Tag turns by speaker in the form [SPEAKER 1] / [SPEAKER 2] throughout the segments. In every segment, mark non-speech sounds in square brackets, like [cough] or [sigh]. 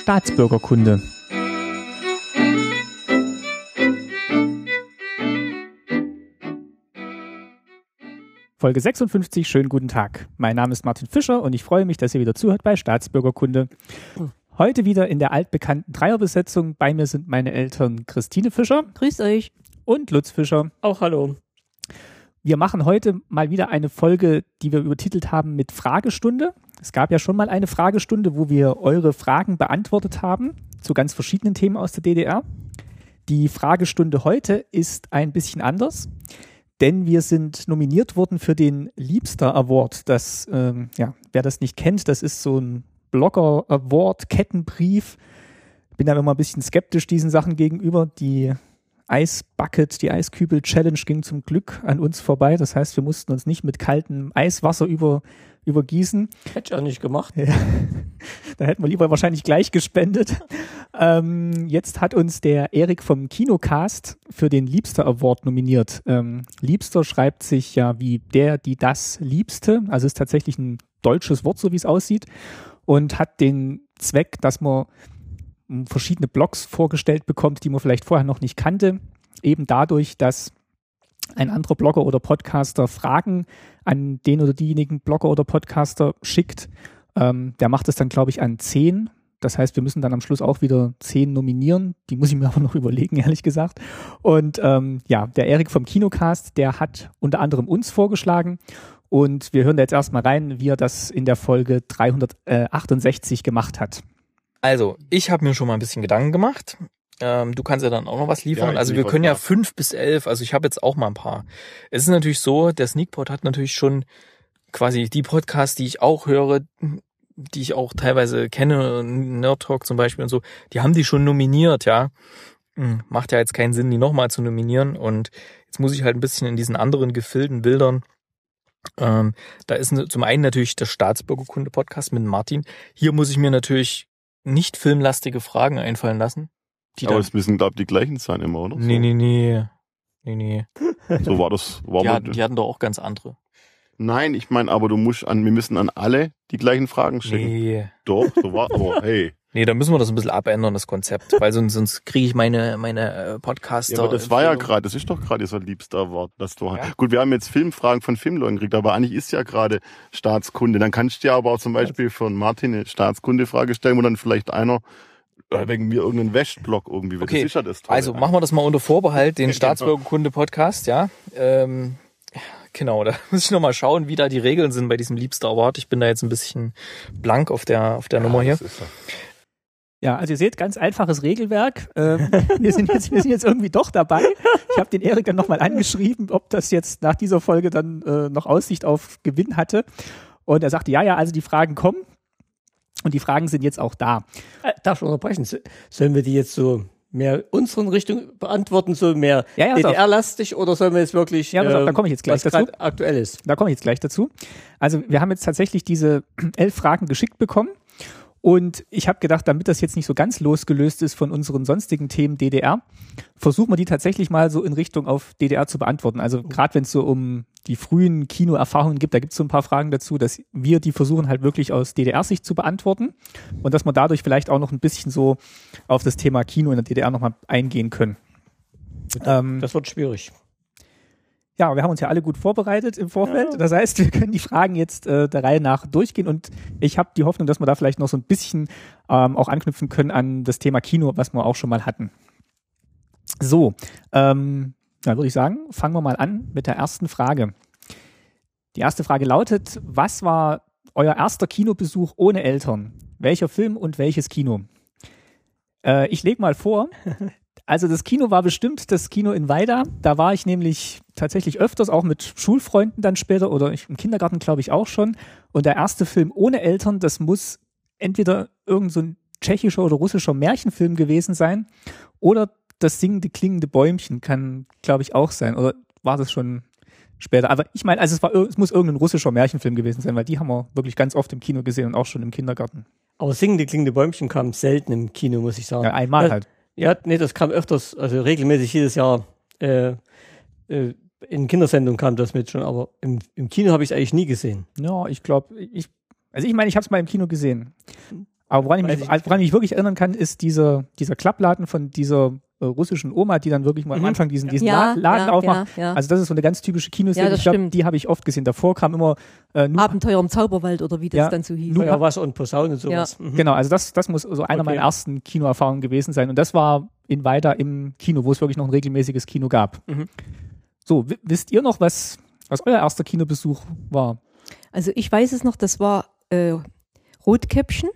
[SPEAKER 1] Staatsbürgerkunde. Folge 56, schönen guten Tag. Mein Name ist Martin Fischer und ich freue mich, dass ihr wieder zuhört bei Staatsbürgerkunde. Heute wieder in der altbekannten Dreierbesetzung. Bei mir sind meine Eltern Christine Fischer
[SPEAKER 2] Grüßt euch.
[SPEAKER 1] und Lutz Fischer.
[SPEAKER 2] Auch hallo.
[SPEAKER 1] Wir machen heute mal wieder eine Folge, die wir übertitelt haben mit Fragestunde. Es gab ja schon mal eine Fragestunde, wo wir eure Fragen beantwortet haben zu ganz verschiedenen Themen aus der DDR. Die Fragestunde heute ist ein bisschen anders, denn wir sind nominiert worden für den Liebster Award. Das, ähm, ja, wer das nicht kennt, das ist so ein Blogger Award, Kettenbrief. Ich bin da immer ein bisschen skeptisch diesen Sachen gegenüber. Die Eisbucket, die Eiskübel-Challenge ging zum Glück an uns vorbei. Das heißt, wir mussten uns nicht mit kaltem Eiswasser über, übergießen.
[SPEAKER 2] Hätte ich auch nicht gemacht.
[SPEAKER 1] Da hätten wir lieber wahrscheinlich gleich gespendet. Ähm, jetzt hat uns der Erik vom Kinocast für den Liebster Award nominiert. Ähm, Liebster schreibt sich ja wie der, die das Liebste. Also ist tatsächlich ein deutsches Wort, so wie es aussieht. Und hat den Zweck, dass man m, verschiedene Blogs vorgestellt bekommt, die man vielleicht vorher noch nicht kannte. Eben dadurch, dass ein anderer Blogger oder Podcaster Fragen an den oder diejenigen Blogger oder Podcaster schickt. Ähm, der macht es dann, glaube ich, an zehn. Das heißt, wir müssen dann am Schluss auch wieder zehn nominieren. Die muss ich mir [laughs] aber noch überlegen, ehrlich gesagt. Und ähm, ja, der Erik vom Kinocast, der hat unter anderem uns vorgeschlagen. Und wir hören da jetzt erstmal rein, wie er das in der Folge 368 gemacht hat.
[SPEAKER 3] Also, ich habe mir schon mal ein bisschen Gedanken gemacht. Ähm, du kannst ja dann auch noch was liefern.
[SPEAKER 4] Ja, ich
[SPEAKER 3] also wir
[SPEAKER 4] liefere
[SPEAKER 3] können ja
[SPEAKER 4] mal.
[SPEAKER 3] fünf bis elf, also ich habe jetzt auch mal ein paar. Es ist natürlich so, der Sneakpot hat natürlich schon quasi die Podcasts, die ich auch höre, die ich auch teilweise kenne, Nerd Talk zum Beispiel und so, die haben die schon nominiert, ja. Hm, Macht ja jetzt keinen Sinn, die nochmal zu nominieren. Und jetzt muss ich halt ein bisschen in diesen anderen Gefilden bildern. Ähm, da ist ne- zum einen natürlich der Staatsbürgerkunde-Podcast mit Martin. Hier muss ich mir natürlich nicht filmlastige Fragen einfallen lassen. Die
[SPEAKER 4] Aber
[SPEAKER 3] dann-
[SPEAKER 4] es müssen, glaube ich, die gleichen sein immer, oder?
[SPEAKER 3] Nee, nee, nee. Nee, nee.
[SPEAKER 4] So, so war das. War
[SPEAKER 3] Die
[SPEAKER 4] mal-
[SPEAKER 3] hatten, die hatten doch auch ganz andere.
[SPEAKER 4] Nein, ich meine, aber du musst an, wir müssen an alle die gleichen Fragen schicken.
[SPEAKER 3] Nee.
[SPEAKER 4] Doch, so war,
[SPEAKER 3] [laughs]
[SPEAKER 4] aber hey.
[SPEAKER 3] Nee, da müssen wir das ein bisschen abändern, das Konzept. Weil sonst, sonst kriege ich meine, meine äh, Podcaster.
[SPEAKER 4] Ja, aber das war ja gerade, das ist doch gerade dieser liebste Award, das du
[SPEAKER 3] Ja.
[SPEAKER 4] Gut, wir haben jetzt Filmfragen von Filmleuten gekriegt, aber eigentlich ist ja gerade Staatskunde. Dann kannst du ja aber auch zum Beispiel von Martin eine Staatskunde-Frage stellen, wo dann vielleicht einer äh, wegen mir irgendeinen Wäschblock irgendwie wird.
[SPEAKER 3] Okay,
[SPEAKER 4] Das ist ja das Tolle.
[SPEAKER 3] Also machen wir das mal unter Vorbehalt,
[SPEAKER 4] [laughs]
[SPEAKER 3] den
[SPEAKER 4] Genau.
[SPEAKER 3] Staatsbürgerkunde-Podcast, ja. Ähm, genau, da muss ich nochmal schauen, wie da die Regeln sind bei diesem Liebster Award. Ich bin da jetzt ein bisschen blank auf der, auf der Nummer hier.
[SPEAKER 4] Das ist doch-
[SPEAKER 1] Ja, also ihr seht, ganz einfaches Regelwerk. Ähm, wir, sind jetzt, wir sind jetzt irgendwie doch dabei. Ich habe den Erik dann nochmal angeschrieben, ob das jetzt nach dieser Folge dann äh, noch Aussicht auf Gewinn hatte. Und er sagte, ja, ja, also die Fragen kommen. Und die Fragen sind jetzt auch da.
[SPEAKER 5] Äh, Darf ich unterbrechen? So- Sollen wir die jetzt so mehr unseren Richtung beantworten, so mehr
[SPEAKER 1] Ja, ja, pass auf.
[SPEAKER 5] DDR-lastig oder sollen wir jetzt wirklich. ähm,
[SPEAKER 1] Ja, pass auf, da komme ich jetzt gleich
[SPEAKER 5] was
[SPEAKER 1] dazu.
[SPEAKER 5] grad aktuell ist.
[SPEAKER 1] Da komme ich jetzt gleich dazu. Also wir haben jetzt tatsächlich diese [clears throat] elf Fragen geschickt bekommen. Und ich habe gedacht, damit das jetzt nicht so ganz losgelöst ist von unseren sonstigen Themen DDR, versuchen wir die tatsächlich mal so in Richtung auf DDR zu beantworten. Also gerade wenn es so um die frühen Kinoerfahrungen gibt, da gibt es so ein paar Fragen dazu, dass wir die versuchen halt wirklich aus DDR-Sicht zu beantworten und dass wir dadurch vielleicht auch noch ein bisschen so auf das Thema Kino in der DDR nochmal eingehen können. Ähm,
[SPEAKER 5] Das wird schwierig.
[SPEAKER 1] ja, wir haben uns ja alle gut vorbereitet im Vorfeld. Das heißt, wir können die Fragen jetzt äh, der Reihe nach durchgehen und ich habe die Hoffnung, dass wir da vielleicht noch so ein bisschen ähm, auch anknüpfen können an das Thema Kino, was wir auch schon mal hatten. So, ähm, dann würde ich sagen, fangen wir mal an mit der ersten Frage. Die erste Frage lautet: Was war euer erster Kinobesuch ohne Eltern? Welcher Film und welches Kino? Äh, ich lege mal vor. Also das Kino war bestimmt das Kino in Weida. Da war ich nämlich tatsächlich öfters, auch mit Schulfreunden dann später oder ich, im Kindergarten glaube ich auch schon. Und der erste Film ohne Eltern, das muss entweder irgend so ein tschechischer oder russischer Märchenfilm gewesen sein oder das singende, klingende Bäumchen kann glaube ich auch sein. Oder war das schon später? Aber ich meine, also es, war, ir- es muss irgendein russischer Märchenfilm gewesen sein, weil die haben wir wirklich ganz oft im Kino gesehen und auch schon im Kindergarten.
[SPEAKER 5] Aber singende, klingende Bäumchen kam selten im Kino, muss ich sagen.
[SPEAKER 1] Ja, einmal
[SPEAKER 5] das,
[SPEAKER 1] halt.
[SPEAKER 5] Ja, nee, das kam öfters, also regelmäßig jedes Jahr. Äh, äh, in Kindersendungen kam das mit schon, aber im, im Kino habe ich es eigentlich nie gesehen.
[SPEAKER 1] Ja, ich glaube, ich Also ich meine, ich habe es mal im Kino gesehen. Aber woran ich,
[SPEAKER 5] Weiß
[SPEAKER 1] mich, also
[SPEAKER 5] ich nicht.
[SPEAKER 1] woran ich mich wirklich erinnern kann, ist diese, dieser Klappladen von dieser äh, russischen Oma, die dann wirklich mal am
[SPEAKER 5] Mhm.
[SPEAKER 1] Anfang diesen, diesen La
[SPEAKER 2] Ja,
[SPEAKER 1] Laden
[SPEAKER 2] ja,
[SPEAKER 1] aufmacht.
[SPEAKER 2] ja, ja.
[SPEAKER 1] Also das ist so eine ganz typische Kinoszene.
[SPEAKER 2] Ja, das
[SPEAKER 1] ich glaube,
[SPEAKER 2] stimmt.
[SPEAKER 1] die habe ich oft gesehen. Davor kam immer äh, Nu-
[SPEAKER 2] Abenteuer im Zauberwald oder wie das
[SPEAKER 1] Ja,
[SPEAKER 2] dann so hieß.
[SPEAKER 1] Nun-
[SPEAKER 5] Feuerwasser und Posaune und sowas. Mhm.
[SPEAKER 1] Genau, also das, das muss so einer
[SPEAKER 5] Okay.
[SPEAKER 1] meiner ersten Kinoerfahrungen gewesen sein. Und das war in Weiter im Kino, wo es wirklich noch ein regelmäßiges Kino gab.
[SPEAKER 3] Mhm.
[SPEAKER 1] So, wi- wisst ihr noch, was, was euer erster Kinobesuch war?
[SPEAKER 2] Also ich weiß es noch, das war äh, Rotkäppchen,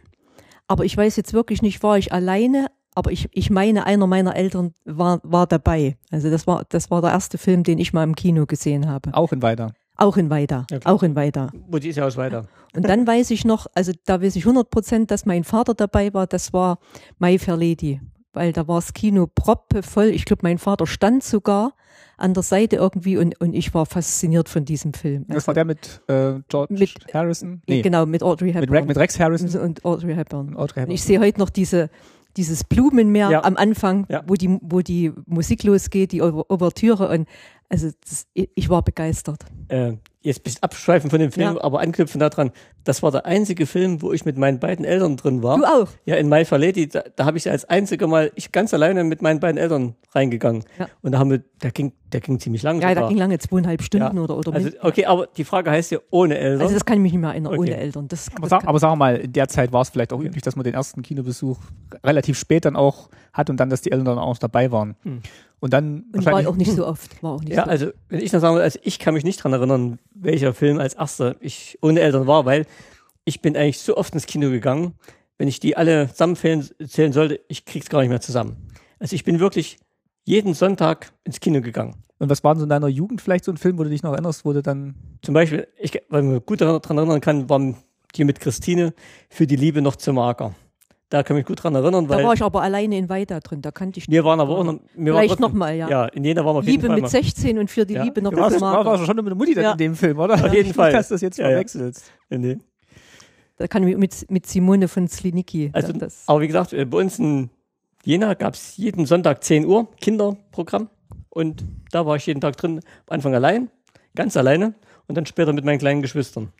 [SPEAKER 2] aber ich weiß jetzt wirklich nicht, war ich alleine, aber ich, ich meine, einer meiner Eltern war, war dabei. Also das war, das war der erste Film, den ich mal im Kino gesehen habe.
[SPEAKER 1] Auch in Weiter.
[SPEAKER 2] Auch in Weida,
[SPEAKER 5] Ja, klar.
[SPEAKER 2] auch in Weida.
[SPEAKER 5] Wo die ist ja aus weiter.
[SPEAKER 2] Und dann weiß ich noch, also da weiß ich 100 Prozent, dass mein Vater dabei war, das war My Fair Lady. Weil da war das Kino proppevoll. Ich glaube, mein Vater stand sogar an der Seite irgendwie und, und ich war fasziniert von diesem Film.
[SPEAKER 1] Das war der mit äh, George
[SPEAKER 2] Mit-
[SPEAKER 1] Harrison?
[SPEAKER 2] Nee. Genau, mit Audrey
[SPEAKER 1] mit,
[SPEAKER 2] Hepburn.
[SPEAKER 1] Rex, mit Rex Harrison
[SPEAKER 2] und Audrey Hepburn.
[SPEAKER 1] und Audrey
[SPEAKER 2] Und
[SPEAKER 1] Hepburn.
[SPEAKER 2] ich sehe heute noch diese, dieses Blumenmeer
[SPEAKER 5] Ja.
[SPEAKER 2] am Anfang,
[SPEAKER 5] Ja.
[SPEAKER 2] wo, die, wo die Musik losgeht, die O- Ouvertüre. Und also das, ich, ich war begeistert.
[SPEAKER 5] Äh, jetzt bist abschweifen von dem Film,
[SPEAKER 2] Ja.
[SPEAKER 5] aber anknüpfen daran. Das war der einzige Film, wo ich mit meinen beiden Eltern drin war.
[SPEAKER 2] Du auch.
[SPEAKER 5] Ja, in My Fair Lady, da, da habe ich als einziger Mal, ich ganz alleine mit meinen beiden Eltern reingegangen.
[SPEAKER 2] Ja.
[SPEAKER 5] Und da haben wir, der ging, der ging ziemlich lang.
[SPEAKER 2] Ja, da
[SPEAKER 5] sogar.
[SPEAKER 2] ging lange zweieinhalb Stunden
[SPEAKER 5] Ja.
[SPEAKER 2] oder, oder
[SPEAKER 5] Also,
[SPEAKER 2] mehr.
[SPEAKER 5] okay, aber die Frage heißt ja ohne Eltern.
[SPEAKER 2] Also das kann ich mich nicht mehr erinnern,
[SPEAKER 5] Okay.
[SPEAKER 2] ohne Eltern. Das,
[SPEAKER 1] Aber,
[SPEAKER 2] das
[SPEAKER 1] sag,
[SPEAKER 2] kann-
[SPEAKER 1] aber sag mal, in der Zeit war es vielleicht auch üblich, dass man den ersten Kinobesuch relativ spät dann auch hat und dann, dass die Eltern dann auch dabei waren. Und dann
[SPEAKER 2] und war
[SPEAKER 1] wahrscheinlich-
[SPEAKER 2] auch nicht so oft. War auch nicht
[SPEAKER 5] ja,
[SPEAKER 2] so
[SPEAKER 5] also wenn ich noch sagen will, also ich kann mich nicht dran erinnern, welcher Film als erster ich ohne Eltern war, weil ich bin eigentlich so oft ins Kino gegangen, wenn ich die alle zusammenzählen zählen sollte, ich krieg's gar nicht mehr zusammen. Also ich bin wirklich jeden Sonntag ins Kino gegangen.
[SPEAKER 1] und was war denn so in deiner Jugend vielleicht so ein Film, wo du dich noch erinnerst, wo du dann
[SPEAKER 5] Zum Beispiel, ich, weil man gut daran daran erinnern kann, war die mit Christine für die Liebe noch zum Acker. Da kann ich mich gut dran erinnern,
[SPEAKER 2] Da
[SPEAKER 5] weil
[SPEAKER 2] war ich aber alleine in Weida drin. Da kannte ich
[SPEAKER 5] wir waren aber auch noch, wir waren
[SPEAKER 2] Vielleicht noch
[SPEAKER 5] trotzdem-
[SPEAKER 2] mal, ja.
[SPEAKER 5] Ja, in Jena waren wir auf jeden
[SPEAKER 2] Liebe
[SPEAKER 5] Fall
[SPEAKER 2] mit
[SPEAKER 5] mal.
[SPEAKER 2] 16 und für die
[SPEAKER 5] Ja.
[SPEAKER 2] Liebe noch
[SPEAKER 5] Du
[SPEAKER 1] Du warst,
[SPEAKER 2] das
[SPEAKER 1] war,
[SPEAKER 2] Marker.
[SPEAKER 1] warst schon mit der Mutti dann
[SPEAKER 5] Ja.
[SPEAKER 1] in dem Film, oder?
[SPEAKER 5] Auf jeden
[SPEAKER 1] Nicht,
[SPEAKER 5] Fall.
[SPEAKER 1] dass du das jetzt
[SPEAKER 5] Ja, ja.
[SPEAKER 1] verwechselst.
[SPEAKER 5] Nee, nee.
[SPEAKER 2] Da kann ich mit, mit Simone von Slinicki.
[SPEAKER 5] Also,
[SPEAKER 2] das,
[SPEAKER 5] aber wie gesagt, äh, bei uns in Jena gab es jeden Sonntag 10 Uhr Kinderprogramm und da war ich jeden Tag drin, am Anfang allein, ganz alleine und dann später mit meinen kleinen Geschwistern.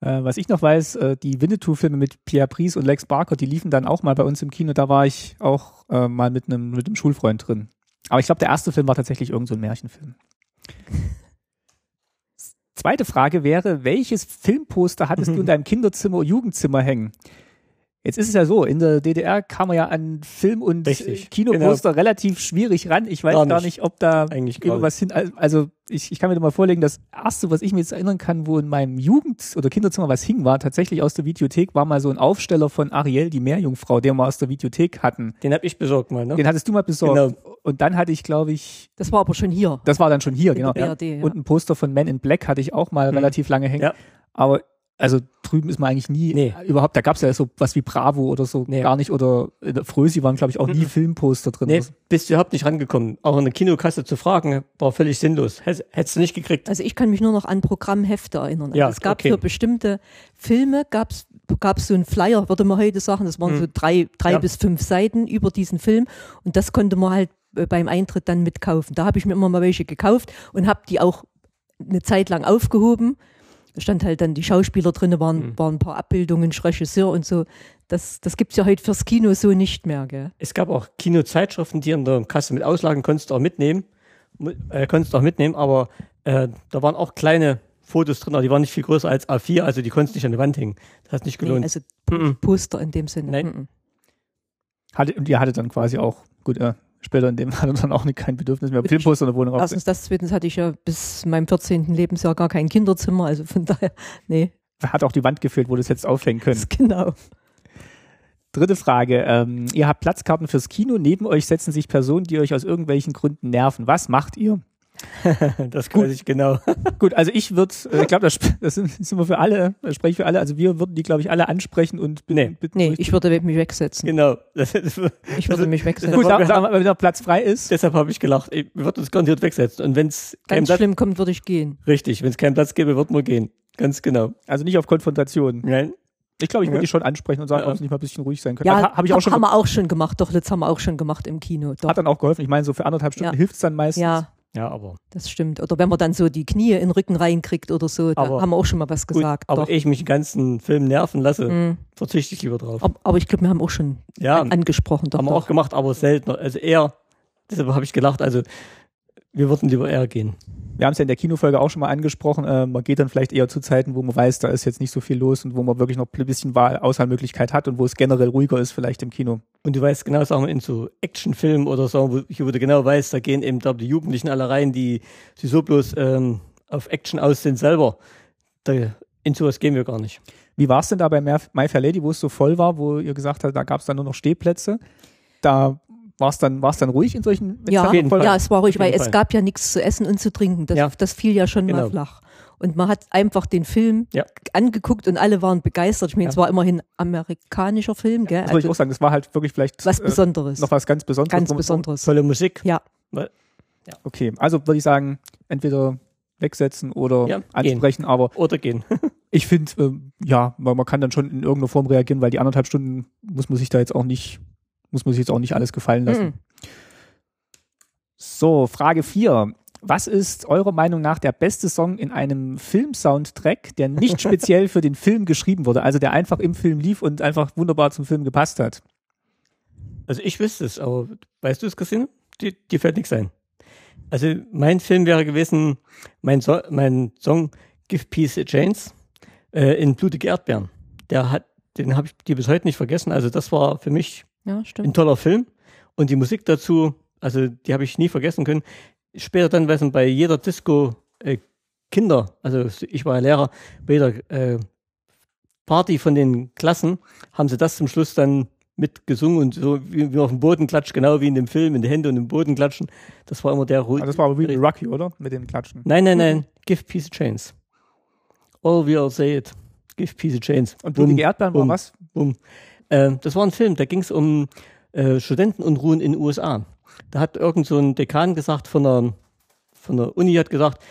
[SPEAKER 1] Äh, was ich noch weiß, äh, die Winnetou-Filme mit Pierre Pries und Lex Barker, die liefen dann auch mal bei uns im Kino. Da war ich auch äh, mal mit einem mit einem Schulfreund drin. Aber ich glaube, der erste Film war tatsächlich irgend so ein
[SPEAKER 5] [laughs]
[SPEAKER 1] Märchenfilm. Zweite Frage wäre, welches Filmposter hattest
[SPEAKER 5] [laughs]
[SPEAKER 1] du in deinem Kinderzimmer oder Jugendzimmer hängen? Jetzt ist es ja so, in der DDR kam man ja an Film- und
[SPEAKER 5] Richtig.
[SPEAKER 1] Kinoposter relativ schwierig ran. Ich weiß
[SPEAKER 5] Gar
[SPEAKER 1] gar
[SPEAKER 5] nicht.
[SPEAKER 1] nicht, ob da
[SPEAKER 5] Eigentlich gar
[SPEAKER 1] irgendwas hin. Also ich, ich kann mir nur mal vorlegen, das erste, was ich mir jetzt erinnern kann, wo in meinem Jugend- oder Kinderzimmer was hing, war tatsächlich aus der Videothek, war mal so ein Aufsteller von Ariel, die Meerjungfrau, den wir aus der Videothek hatten.
[SPEAKER 5] Den habe ich besorgt mal, ne?
[SPEAKER 1] Den hattest du mal besorgt.
[SPEAKER 5] Genau.
[SPEAKER 1] Und dann hatte ich, glaube ich,
[SPEAKER 2] das war aber schon hier.
[SPEAKER 1] das war dann schon hier, genau.
[SPEAKER 2] der BRD, ja.
[SPEAKER 1] Und ein Poster von Men in Black hatte ich auch mal relativ lange hängen.
[SPEAKER 5] Mhm. Ja.
[SPEAKER 1] Aber also drüben ist man eigentlich nie
[SPEAKER 5] Nee.
[SPEAKER 1] überhaupt, da gab es ja so was wie Bravo oder so
[SPEAKER 5] Nee.
[SPEAKER 1] gar nicht oder in der Frösi waren, glaube ich, auch
[SPEAKER 5] [laughs]
[SPEAKER 1] nie Filmposter drin.
[SPEAKER 5] Nee, bist du überhaupt nicht rangekommen. Auch in der Kinokasse zu fragen, war völlig sinnlos. Hätt- Hättest du nicht gekriegt.
[SPEAKER 2] Also ich kann mich nur noch an Programmhefte erinnern.
[SPEAKER 5] Ja,
[SPEAKER 2] also es gab
[SPEAKER 5] okay.
[SPEAKER 2] für bestimmte Filme gab's gab's so einen Flyer, würde man heute sagen, das waren so drei, drei
[SPEAKER 5] Mhm. Ja.
[SPEAKER 2] bis fünf Seiten über diesen Film und das konnte man halt äh, beim Eintritt dann mitkaufen. Da habe ich mir immer mal welche gekauft und habe die auch eine Zeit lang aufgehoben. Da stand halt dann die Schauspieler drin, waren,
[SPEAKER 5] Mhm.
[SPEAKER 2] waren ein paar Abbildungen, Regisseur und so. Das, das gibt's ja heute fürs Kino so nicht mehr, gell?
[SPEAKER 5] Es gab auch Kinozeitschriften, die in der Kasse mit Auslagen konntest du auch mitnehmen. Mu- Äh, konntest du auch mitnehmen, aber äh, da waren auch kleine Fotos drin, aber die waren nicht viel größer als A4, also die konntest du nicht an die Wand hängen. Das hat nicht
[SPEAKER 2] Nee,
[SPEAKER 5] gelohnt.
[SPEAKER 2] also
[SPEAKER 5] Mhm.
[SPEAKER 2] Poster in dem Sinne.
[SPEAKER 5] Nein.
[SPEAKER 2] Mhm.
[SPEAKER 1] Hatte, und ihr hattet dann quasi auch, gut, äh, später in dem [laughs] hatte dann auch nicht, kein Bedürfnis mehr, Filmposter in der Wohnung aufzuhängen.
[SPEAKER 2] Erstens das, zweitens hatte ich ja bis meinem 14. Lebensjahr gar kein Kinderzimmer, also von daher, [laughs] nee,
[SPEAKER 1] Hat auch die Wand gefehlt, wo du es jetzt aufhängen können.
[SPEAKER 2] das genau.
[SPEAKER 1] Dritte Frage. Ähm, ihr habt Platzkarten fürs Kino. Neben euch setzen sich Personen, die euch aus irgendwelchen Gründen nerven. Was macht ihr?
[SPEAKER 5] [laughs] das weiß ich genau.
[SPEAKER 1] Gut, also ich würde, äh, ich glaube, das, sp- das sind, sind wir für alle, das spreche ich für alle. Also wir würden die, glaube ich, alle ansprechen und bitten.
[SPEAKER 5] Nee.
[SPEAKER 1] bitten
[SPEAKER 2] Nee,
[SPEAKER 1] euch
[SPEAKER 2] ich
[SPEAKER 1] zu-
[SPEAKER 2] würde mich wegsetzen.
[SPEAKER 5] genau. Das, das,
[SPEAKER 2] Ich würde mich wegsetzen.
[SPEAKER 1] Gut, da,
[SPEAKER 5] wir
[SPEAKER 1] da,
[SPEAKER 5] haben-
[SPEAKER 1] wenn noch Platz frei ist.
[SPEAKER 5] deshalb habe ich gelacht. Ey, wir würden uns garantiert wegsetzen. Und wenn es keinen
[SPEAKER 2] Ganz
[SPEAKER 5] Platz,
[SPEAKER 2] schlimm kommt, würde ich gehen.
[SPEAKER 5] richtig, wenn es keinen Platz gäbe, würden wir gehen. Ganz genau.
[SPEAKER 1] Also nicht auf Konfrontation.
[SPEAKER 5] Nein?
[SPEAKER 1] Ich glaube, ich würde
[SPEAKER 5] Ja.
[SPEAKER 1] die schon ansprechen und sagen,
[SPEAKER 5] Ja.
[SPEAKER 1] ob sie nicht mal ein bisschen ruhig sein können.
[SPEAKER 2] Ja,
[SPEAKER 1] Also, ha- habe ich auch schon.
[SPEAKER 2] haben
[SPEAKER 1] ge-
[SPEAKER 2] wir auch schon gemacht. Doch, Litz haben wir auch schon gemacht im Kino. Doch.
[SPEAKER 1] Hat dann auch geholfen. Ich meine, so für anderthalb Stunden
[SPEAKER 2] Ja.
[SPEAKER 1] hilft's dann meistens.
[SPEAKER 2] Ja,
[SPEAKER 5] Ja, aber,
[SPEAKER 2] Das stimmt. Oder wenn man dann so die Knie in den Rücken reinkriegt oder so, da
[SPEAKER 5] Aber-
[SPEAKER 2] haben wir auch schon mal was
[SPEAKER 5] gut,
[SPEAKER 2] gesagt.
[SPEAKER 5] aber
[SPEAKER 2] doch.
[SPEAKER 5] ich mich den ganzen Film nerven lasse,
[SPEAKER 2] Mhm.
[SPEAKER 5] verzichte ich lieber drauf.
[SPEAKER 2] Ab- aber ich glaube, wir haben auch schon
[SPEAKER 5] ja,
[SPEAKER 2] an- angesprochen. Doch,
[SPEAKER 5] haben wir
[SPEAKER 2] doch.
[SPEAKER 5] auch gemacht, aber seltener. Also eher, deshalb habe ich gelacht, also wir würden lieber eher gehen.
[SPEAKER 1] Wir haben es ja in der Kinofolge auch schon mal angesprochen. Äh, man geht dann vielleicht eher zu Zeiten, wo man weiß, da ist jetzt nicht so viel los und wo man wirklich noch ein bisschen Wahl Auswahlmöglichkeit hat und wo es generell ruhiger ist, vielleicht im Kino.
[SPEAKER 5] Und du weißt genau, sagen wir, in so Actionfilmen oder so, wo, hier, wo du genau weißt, da gehen eben da die Jugendlichen alle rein, die, die so bloß ähm, auf Action aus sind selber. Da, in sowas gehen wir gar nicht.
[SPEAKER 1] Wie war es denn da bei Mer- My Fair Lady, wo es so voll war, wo ihr gesagt habt, da gab es dann nur noch Stehplätze? Da war es dann, war's dann ruhig in solchen wenn's
[SPEAKER 2] Ja,
[SPEAKER 1] dann
[SPEAKER 5] Auf jeden Fall.
[SPEAKER 2] ja, es war ruhig,
[SPEAKER 5] Auf
[SPEAKER 2] weil
[SPEAKER 5] jeden
[SPEAKER 2] es
[SPEAKER 5] Fall.
[SPEAKER 2] gab ja nichts zu essen und zu trinken. Das,
[SPEAKER 5] Ja.
[SPEAKER 2] das fiel ja schon
[SPEAKER 5] Genau.
[SPEAKER 2] mal flach. Und man hat einfach den Film
[SPEAKER 5] Ja.
[SPEAKER 2] angeguckt und alle waren begeistert. Ich meine,
[SPEAKER 5] Ja.
[SPEAKER 2] es war immerhin amerikanischer Film, gell?
[SPEAKER 1] Das wollte ich
[SPEAKER 2] Also
[SPEAKER 1] auch sagen, das war halt wirklich vielleicht
[SPEAKER 2] was
[SPEAKER 1] äh,
[SPEAKER 2] Besonderes.
[SPEAKER 1] noch was ganz Besonderes.
[SPEAKER 2] Ganz
[SPEAKER 1] wo man-
[SPEAKER 2] Besonderes.
[SPEAKER 5] Tolle Musik.
[SPEAKER 2] Ja.
[SPEAKER 1] Okay, also würde ich sagen, entweder wegsetzen oder
[SPEAKER 5] Ja, gehen.
[SPEAKER 1] ansprechen, aber
[SPEAKER 5] Oder gehen. [laughs]
[SPEAKER 1] ich finde, ähm, ja, man, man kann dann schon in irgendeiner Form reagieren, weil die anderthalb Stunden muss man sich da jetzt auch nicht, muss man sich jetzt auch nicht alles gefallen lassen.
[SPEAKER 2] Mhm.
[SPEAKER 1] So, Frage 4. Was ist eurer Meinung nach der beste Song in einem Filmsoundtrack, der
[SPEAKER 2] [laughs]
[SPEAKER 1] nicht speziell für den Film geschrieben wurde, also der einfach im Film lief und einfach wunderbar zum Film gepasst hat?
[SPEAKER 5] Also ich wüsste es, aber weißt du es, Christine? Dir, dir fällt nichts ein. Also mein Film wäre gewesen, mein, so mein Song Give Peace a Chance äh, in Blutige Erdbeeren. Der hat, den habe ich dir bis heute nicht vergessen. Also das war für mich
[SPEAKER 2] Ja,
[SPEAKER 5] ein
[SPEAKER 2] stimmt.
[SPEAKER 5] toller Film. Und die Musik dazu, also die habe ich nie vergessen können. Später dann, weiß man, bei jeder Disco äh, Kinder, also ich war ja Lehrer, bei jeder äh, Party von den Klassen haben sie das zum Schluss dann mitgesungen und so wie, wie auf dem Boden klatschen, genau wie in dem Film, in die Hände und im Boden klatschen. Das war immer der Ruhe. Äh,
[SPEAKER 1] Also das war aber Will Rocky, oder? Mit dem Klatschen.
[SPEAKER 5] Nein, nein, nein. Give Peace a Chance. All we all say it. Give Peace a Chance.
[SPEAKER 1] Und Blutige
[SPEAKER 2] Um,
[SPEAKER 5] Bum,
[SPEAKER 1] Erdbeeren war
[SPEAKER 5] bum.
[SPEAKER 1] was?
[SPEAKER 5] Ähm, das war ein Film, da ging es um äh, Studentenunruhen in den USA. Da hat irgend so ein Dekan gesagt von der, von der Uni, hat gesagt,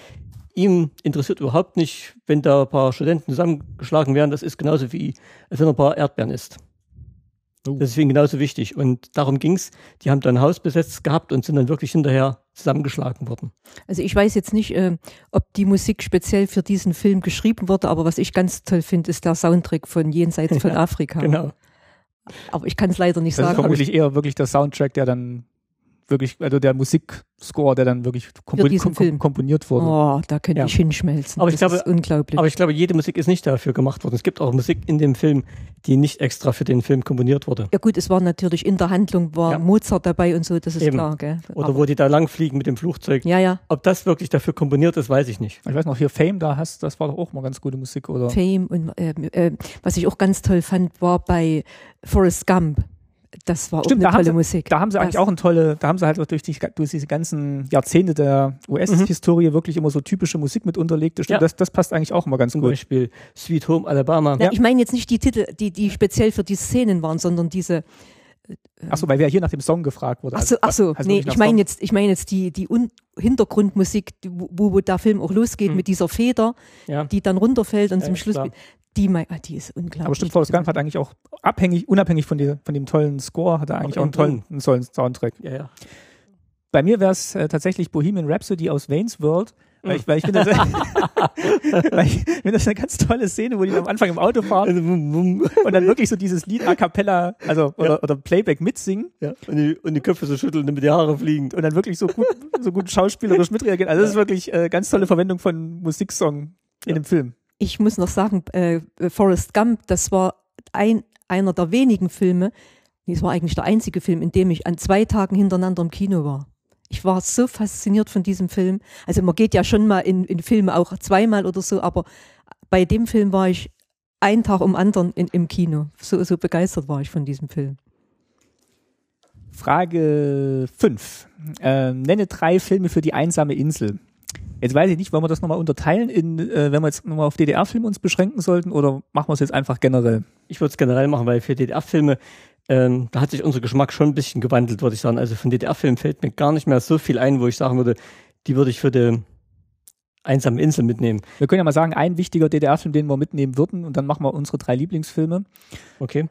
[SPEAKER 5] ihm interessiert überhaupt nicht, wenn da ein paar Studenten zusammengeschlagen werden, das ist genauso wie, als wenn er ein paar Erdbeeren isst.
[SPEAKER 1] Oh.
[SPEAKER 5] Das ist für ihn genauso wichtig. Und darum ging's. Die haben da ein Haus besetzt gehabt und sind dann wirklich hinterher zusammengeschlagen worden.
[SPEAKER 2] Also ich weiß jetzt nicht, äh, ob die Musik speziell für diesen Film geschrieben wurde, aber was ich ganz toll finde, ist der Soundtrack von Jenseits
[SPEAKER 5] [laughs]
[SPEAKER 2] von Afrika.
[SPEAKER 5] Genau.
[SPEAKER 2] Aber ich kann es leider nicht
[SPEAKER 1] Das ist
[SPEAKER 2] sagen. ob ich
[SPEAKER 1] Also, vermutlich eher wirklich der Soundtrack, der dann wirklich, also der Musikscore, der dann wirklich kompo-
[SPEAKER 2] diesen
[SPEAKER 1] kom- kom-
[SPEAKER 2] Film.
[SPEAKER 1] komponiert wurde.
[SPEAKER 2] Oh, da könnte
[SPEAKER 5] Ja.
[SPEAKER 2] ich hinschmelzen.
[SPEAKER 5] Aber ich
[SPEAKER 2] das
[SPEAKER 5] glaube-
[SPEAKER 2] ist unglaublich.
[SPEAKER 5] Aber ich glaube, jede Musik ist nicht dafür gemacht worden. Es gibt auch Musik in dem Film, die nicht extra für den Film komponiert wurde.
[SPEAKER 2] ja gut, es war natürlich in der Handlung war
[SPEAKER 5] Ja.
[SPEAKER 2] Mozart dabei und so, das ist
[SPEAKER 5] Eben.
[SPEAKER 2] klar, gell?
[SPEAKER 5] Oder
[SPEAKER 2] Aber-
[SPEAKER 5] wo die da langfliegen mit dem Flugzeug.
[SPEAKER 2] ja, ja,
[SPEAKER 5] Ob das wirklich dafür komponiert ist, weiß ich nicht.
[SPEAKER 1] Ich weiß noch, hier Fame da hast, das war doch auch mal ganz gute Musik, oder?
[SPEAKER 2] Fame und ähm, ähm, was ich auch ganz toll fand, war bei Forrest Gump. Das war
[SPEAKER 1] Stimmt,
[SPEAKER 2] auch
[SPEAKER 1] da
[SPEAKER 2] eine
[SPEAKER 1] haben
[SPEAKER 2] tolle
[SPEAKER 1] sie-
[SPEAKER 2] Musik.
[SPEAKER 1] Da haben sie eigentlich
[SPEAKER 2] Das-
[SPEAKER 1] auch eine tolle, da haben sie halt auch durch, die, durch diese ganzen Jahrzehnte der
[SPEAKER 2] Mhm.
[SPEAKER 1] US-Historie wirklich immer so typische Musik mit unterlegt. Das, stimmt,
[SPEAKER 5] Ja.
[SPEAKER 1] das, das passt eigentlich auch immer ganz
[SPEAKER 5] Zum
[SPEAKER 1] gut.
[SPEAKER 5] Beispiel Sweet Home Alabama.
[SPEAKER 2] Na, Ich meine jetzt nicht die Titel, die, die speziell für die Szenen waren, sondern diese.
[SPEAKER 1] Achso, weil wir hier nach dem Song gefragt wurden.
[SPEAKER 2] Ach so, ach so
[SPEAKER 1] Also
[SPEAKER 2] nee,
[SPEAKER 1] wirklich nach
[SPEAKER 2] ich meine
[SPEAKER 1] Song.
[SPEAKER 2] jetzt, ich meine jetzt die, die Un Hintergrundmusik, die- wo, wo der Film auch
[SPEAKER 1] Hm.
[SPEAKER 2] losgeht mit dieser Feder,
[SPEAKER 5] Ja.
[SPEAKER 2] die dann runterfällt und
[SPEAKER 5] Ja,
[SPEAKER 2] zum
[SPEAKER 5] ist
[SPEAKER 2] Schluss.
[SPEAKER 5] klar.
[SPEAKER 2] Die, mein, ah, die ist unglaublich.
[SPEAKER 1] Aber stimmt, Forrest Gump hat eigentlich auch abhängig, unabhängig von, der, von dem tollen Score, hat er eigentlich auch einen
[SPEAKER 2] mhm.
[SPEAKER 1] tollen, einen tollen Soundtrack.
[SPEAKER 5] Ja, ja.
[SPEAKER 1] Bei mir wäre es äh, tatsächlich Bohemian Rhapsody aus Wayne's World. Weil
[SPEAKER 2] Mhm.
[SPEAKER 1] ich, weil ich finde das,
[SPEAKER 2] [laughs]
[SPEAKER 1] [laughs] weil ich finde das eine ganz tolle Szene, wo die am Anfang im Auto fahren
[SPEAKER 5] Also, wum, wum.
[SPEAKER 1] und dann wirklich so dieses Lied a cappella, also oder, oder Playback mitsingen
[SPEAKER 5] ja. Und, die, und die Köpfe so schütteln, damit die Haare fliegen.
[SPEAKER 1] und dann wirklich so gut, so gut schauspielerisch mitreagieren. Also das ist wirklich äh, ganz tolle Verwendung von Musiksong in dem Film.
[SPEAKER 2] ich muss noch sagen, äh, Forrest Gump, das war ein, einer der wenigen Filme, nee, es war eigentlich der einzige Film, in dem ich an zwei Tagen hintereinander im Kino war. Ich war so fasziniert von diesem Film. Also man geht ja schon mal in, in Filme auch zweimal oder so, aber bei dem Film war ich einen Tag um anderen in, im Kino. So, so begeistert war ich von diesem Film.
[SPEAKER 1] Frage 5. Ähm, nenne drei Filme für die einsame Insel. Jetzt weiß ich nicht, wollen wir das nochmal unterteilen, in, äh, wenn wir jetzt nochmal auf DDR-Filme uns beschränken sollten oder machen wir es jetzt einfach generell?
[SPEAKER 5] Ich würde es generell machen, weil für DDR-Filme, ähm, da hat sich unser Geschmack schon ein bisschen gewandelt, würde ich sagen. Also von DDR-Filmen fällt mir gar nicht mehr so viel ein, wo ich sagen würde, die würde ich für die einsame Insel mitnehmen.
[SPEAKER 1] Wir können ja mal sagen, ein wichtiger DDR-Film, den wir mitnehmen würden und dann machen wir unsere drei Lieblingsfilme.
[SPEAKER 5] Okay.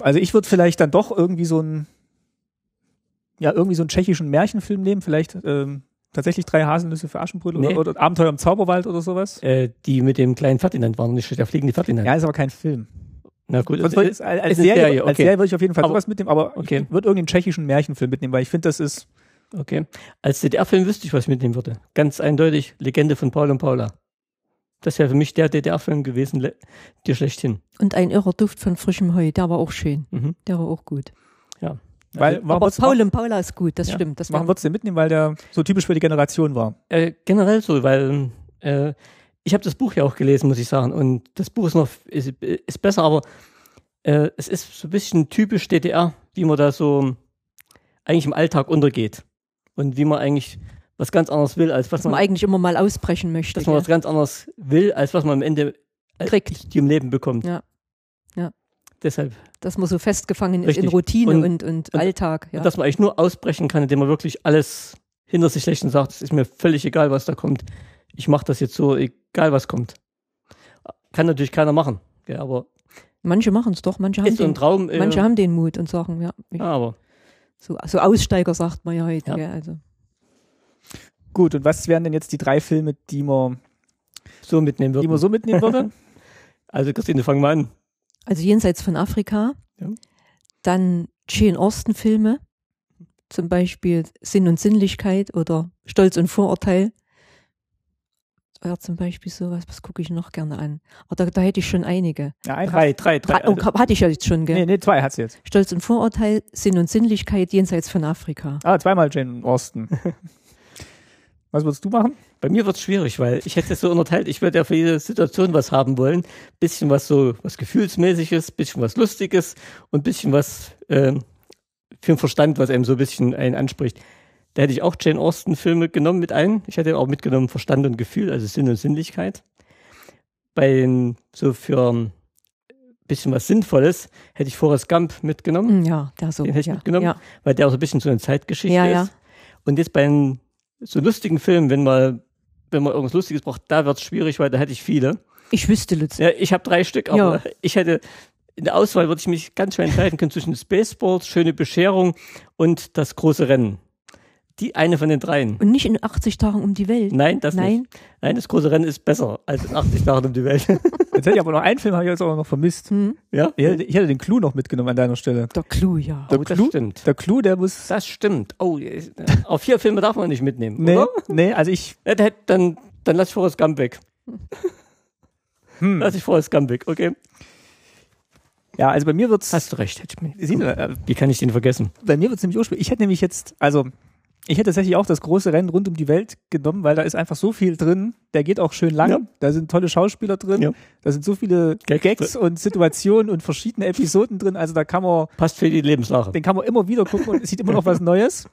[SPEAKER 1] Also ich würde vielleicht dann doch irgendwie so einen, ja, irgendwie so einen tschechischen Märchenfilm nehmen, vielleicht ähm, tatsächlich drei Haselnüsse für Aschenbrödel
[SPEAKER 5] Nee.
[SPEAKER 1] oder, oder Abenteuer im Zauberwald oder sowas?
[SPEAKER 5] Äh, die mit dem kleinen Ferdinand waren, nicht der fliegende Ferdinand.
[SPEAKER 1] Ja, ist aber kein Film.
[SPEAKER 5] Na gut,
[SPEAKER 1] Sonst würde ich, als, als,
[SPEAKER 5] ist eine
[SPEAKER 1] Serie,
[SPEAKER 5] Serie,
[SPEAKER 1] als
[SPEAKER 5] okay.
[SPEAKER 1] Serie würde ich auf jeden Fall
[SPEAKER 5] Aber-
[SPEAKER 1] sowas mitnehmen, aber
[SPEAKER 5] Okay.
[SPEAKER 1] ich würde irgendeinen tschechischen Märchenfilm mitnehmen, weil ich finde, das ist
[SPEAKER 5] okay. Als DDR-Film wüsste ich, was ich mitnehmen würde. Ganz eindeutig, Legende von Paul und Paula. Das wäre für mich der DDR-Film gewesen, le- dir schlechthin.
[SPEAKER 2] Und ein irrer Duft von frischem Heu, der war auch schön.
[SPEAKER 5] Mhm.
[SPEAKER 2] Der war auch gut.
[SPEAKER 1] Weil warum
[SPEAKER 2] Aber
[SPEAKER 1] wird's,
[SPEAKER 2] Paul und Paula ist gut, das
[SPEAKER 5] Ja.
[SPEAKER 2] stimmt. Das
[SPEAKER 1] warum
[SPEAKER 2] war,
[SPEAKER 1] wird's denn mitnehmen? Weil der so typisch für die Generation war.
[SPEAKER 5] Äh, generell so, weil äh, ich habe das Buch ja auch gelesen, muss ich sagen. Und das Buch ist noch ist, ist besser, aber äh, es ist so ein bisschen typisch DDR, wie man da so eigentlich im Alltag untergeht. Und wie man eigentlich was ganz anderes will, als was
[SPEAKER 2] dass man
[SPEAKER 5] man,
[SPEAKER 2] eigentlich immer mal ausbrechen möchte.
[SPEAKER 5] dass man was
[SPEAKER 2] gell?
[SPEAKER 5] ganz anderes will, als was man am Ende als
[SPEAKER 2] Kriegt.
[SPEAKER 5] die im Leben bekommt.
[SPEAKER 2] Ja. Ja.
[SPEAKER 5] Deshalb,
[SPEAKER 2] dass man so festgefangen ist in
[SPEAKER 5] Richtig.
[SPEAKER 2] Routine
[SPEAKER 5] Und-
[SPEAKER 2] und, und,
[SPEAKER 5] und-
[SPEAKER 2] Alltag. Ja.
[SPEAKER 5] dass man eigentlich nur ausbrechen kann, indem man wirklich alles hinter sich lässt und sagt, es ist mir völlig egal, was da kommt. Ich mache das jetzt so, egal was kommt. Kann natürlich keiner machen. Ja, aber
[SPEAKER 2] manche machen es doch, manche haben,
[SPEAKER 5] ist so ein
[SPEAKER 2] den,
[SPEAKER 5] Traum. Äh,
[SPEAKER 2] manche haben den Mut und sagen, ja, ich,
[SPEAKER 5] ja, aber
[SPEAKER 2] So, so Aussteiger sagt man ja heute.
[SPEAKER 5] Ja.
[SPEAKER 2] Gell? Also.
[SPEAKER 1] Gut, und was wären denn jetzt die drei Filme, die man,
[SPEAKER 5] so mitnehmen
[SPEAKER 1] die man
[SPEAKER 5] wird.
[SPEAKER 1] so mitnehmen
[SPEAKER 5] [laughs]
[SPEAKER 1] würde?
[SPEAKER 5] Also Christine, fang mal an.
[SPEAKER 2] also jenseits von Afrika,
[SPEAKER 5] Ja.
[SPEAKER 2] dann Jane Austen Filme, zum Beispiel Sinn und Sinnlichkeit oder Stolz und Vorurteil. Oder zum Beispiel sowas, was gucke ich noch gerne an? Aber da, da hätte ich schon einige.
[SPEAKER 1] ja, ein
[SPEAKER 5] Drei, drei, drei. also
[SPEAKER 2] Ha- oh, hatte ich ja jetzt schon, gell?
[SPEAKER 1] Nee, nee, zwei hat's jetzt.
[SPEAKER 2] Stolz und Vorurteil, Sinn und Sinnlichkeit jenseits von Afrika.
[SPEAKER 1] Ah, zweimal Jane
[SPEAKER 5] [laughs]
[SPEAKER 1] Austen. was würdest du machen?
[SPEAKER 5] Bei mir wird es schwierig, weil ich hätte es so unterteilt, ich würde ja für jede Situation was haben wollen. Bisschen was so, was Gefühlsmäßiges, bisschen was Lustiges und bisschen was ähm, für den Verstand, was einem so ein bisschen einen anspricht. Da hätte ich auch Jane Austen-Filme genommen mit ein. Ich hätte auch mitgenommen Verstand und Gefühl, also Sinn und Sinnlichkeit. Bei den, so für ein bisschen was Sinnvolles hätte ich Forrest Gump mitgenommen
[SPEAKER 2] Hm, Ja, da so.
[SPEAKER 5] Den hätte ich
[SPEAKER 2] ja,
[SPEAKER 5] mitgenommen.
[SPEAKER 2] Ja.
[SPEAKER 5] weil der auch so ein bisschen so eine Zeitgeschichte
[SPEAKER 2] Ja,
[SPEAKER 5] ist.
[SPEAKER 2] ja.
[SPEAKER 5] Und jetzt bei einem so lustigen Film, wenn mal wenn man irgendwas Lustiges braucht, da wird's schwierig, weil da hätte ich viele.
[SPEAKER 2] Ich wüsste, Lutz.
[SPEAKER 5] Ja, ich habe drei Stück, aber ich hätte in der Auswahl würde ich mich ganz schwer entscheiden können zwischen Spaceballs, schöne Bescherung und das große Rennen. Die eine von den dreien.
[SPEAKER 2] Und nicht in 80 Tagen um die Welt.
[SPEAKER 5] Nein, das
[SPEAKER 2] Nein.
[SPEAKER 5] nicht. Nein, das große Rennen ist besser als in 80 Tagen um die Welt. [laughs]
[SPEAKER 1] Jetzt hätte ich aber noch einen Film, habe ich jetzt auch noch vermisst.
[SPEAKER 2] Hm?
[SPEAKER 5] ja,
[SPEAKER 1] Ich hätte, ich hätte den Clou noch mitgenommen an deiner Stelle.
[SPEAKER 2] Der Clou, ja.
[SPEAKER 5] oh, das
[SPEAKER 1] Clou?
[SPEAKER 5] stimmt.
[SPEAKER 1] Der Clou, der muss.
[SPEAKER 5] Das stimmt. Oh, auf vier Filme darf man nicht mitnehmen,
[SPEAKER 1] Nee,
[SPEAKER 5] oder?
[SPEAKER 1] nee, also ich.
[SPEAKER 5] Ja, da- Dann, dann lass ich Forrest Gump [laughs] weg.
[SPEAKER 1] Hm.
[SPEAKER 5] Lass ich Forrest Gump weg, okay?
[SPEAKER 1] Ja, also bei mir wird's.
[SPEAKER 5] Hast du recht. hätte ich mir-
[SPEAKER 1] Siehst du, äh,
[SPEAKER 5] Wie kann ich den vergessen?
[SPEAKER 1] bei mir wird es nämlich ursprünglich. Ich hätte nämlich jetzt, also ich hätte tatsächlich auch das große Rennen rund um die Welt genommen, weil da ist einfach so viel drin. Der geht auch schön lang.
[SPEAKER 5] Ja.
[SPEAKER 1] Da sind tolle Schauspieler drin.
[SPEAKER 5] Ja.
[SPEAKER 1] Da sind so viele
[SPEAKER 5] Gags
[SPEAKER 1] Gags, und Situationen und verschiedene Episoden drin. Also da kann man,
[SPEAKER 5] Passt für die Lebenslache.
[SPEAKER 1] den kann man immer wieder gucken und es sieht immer noch was Neues.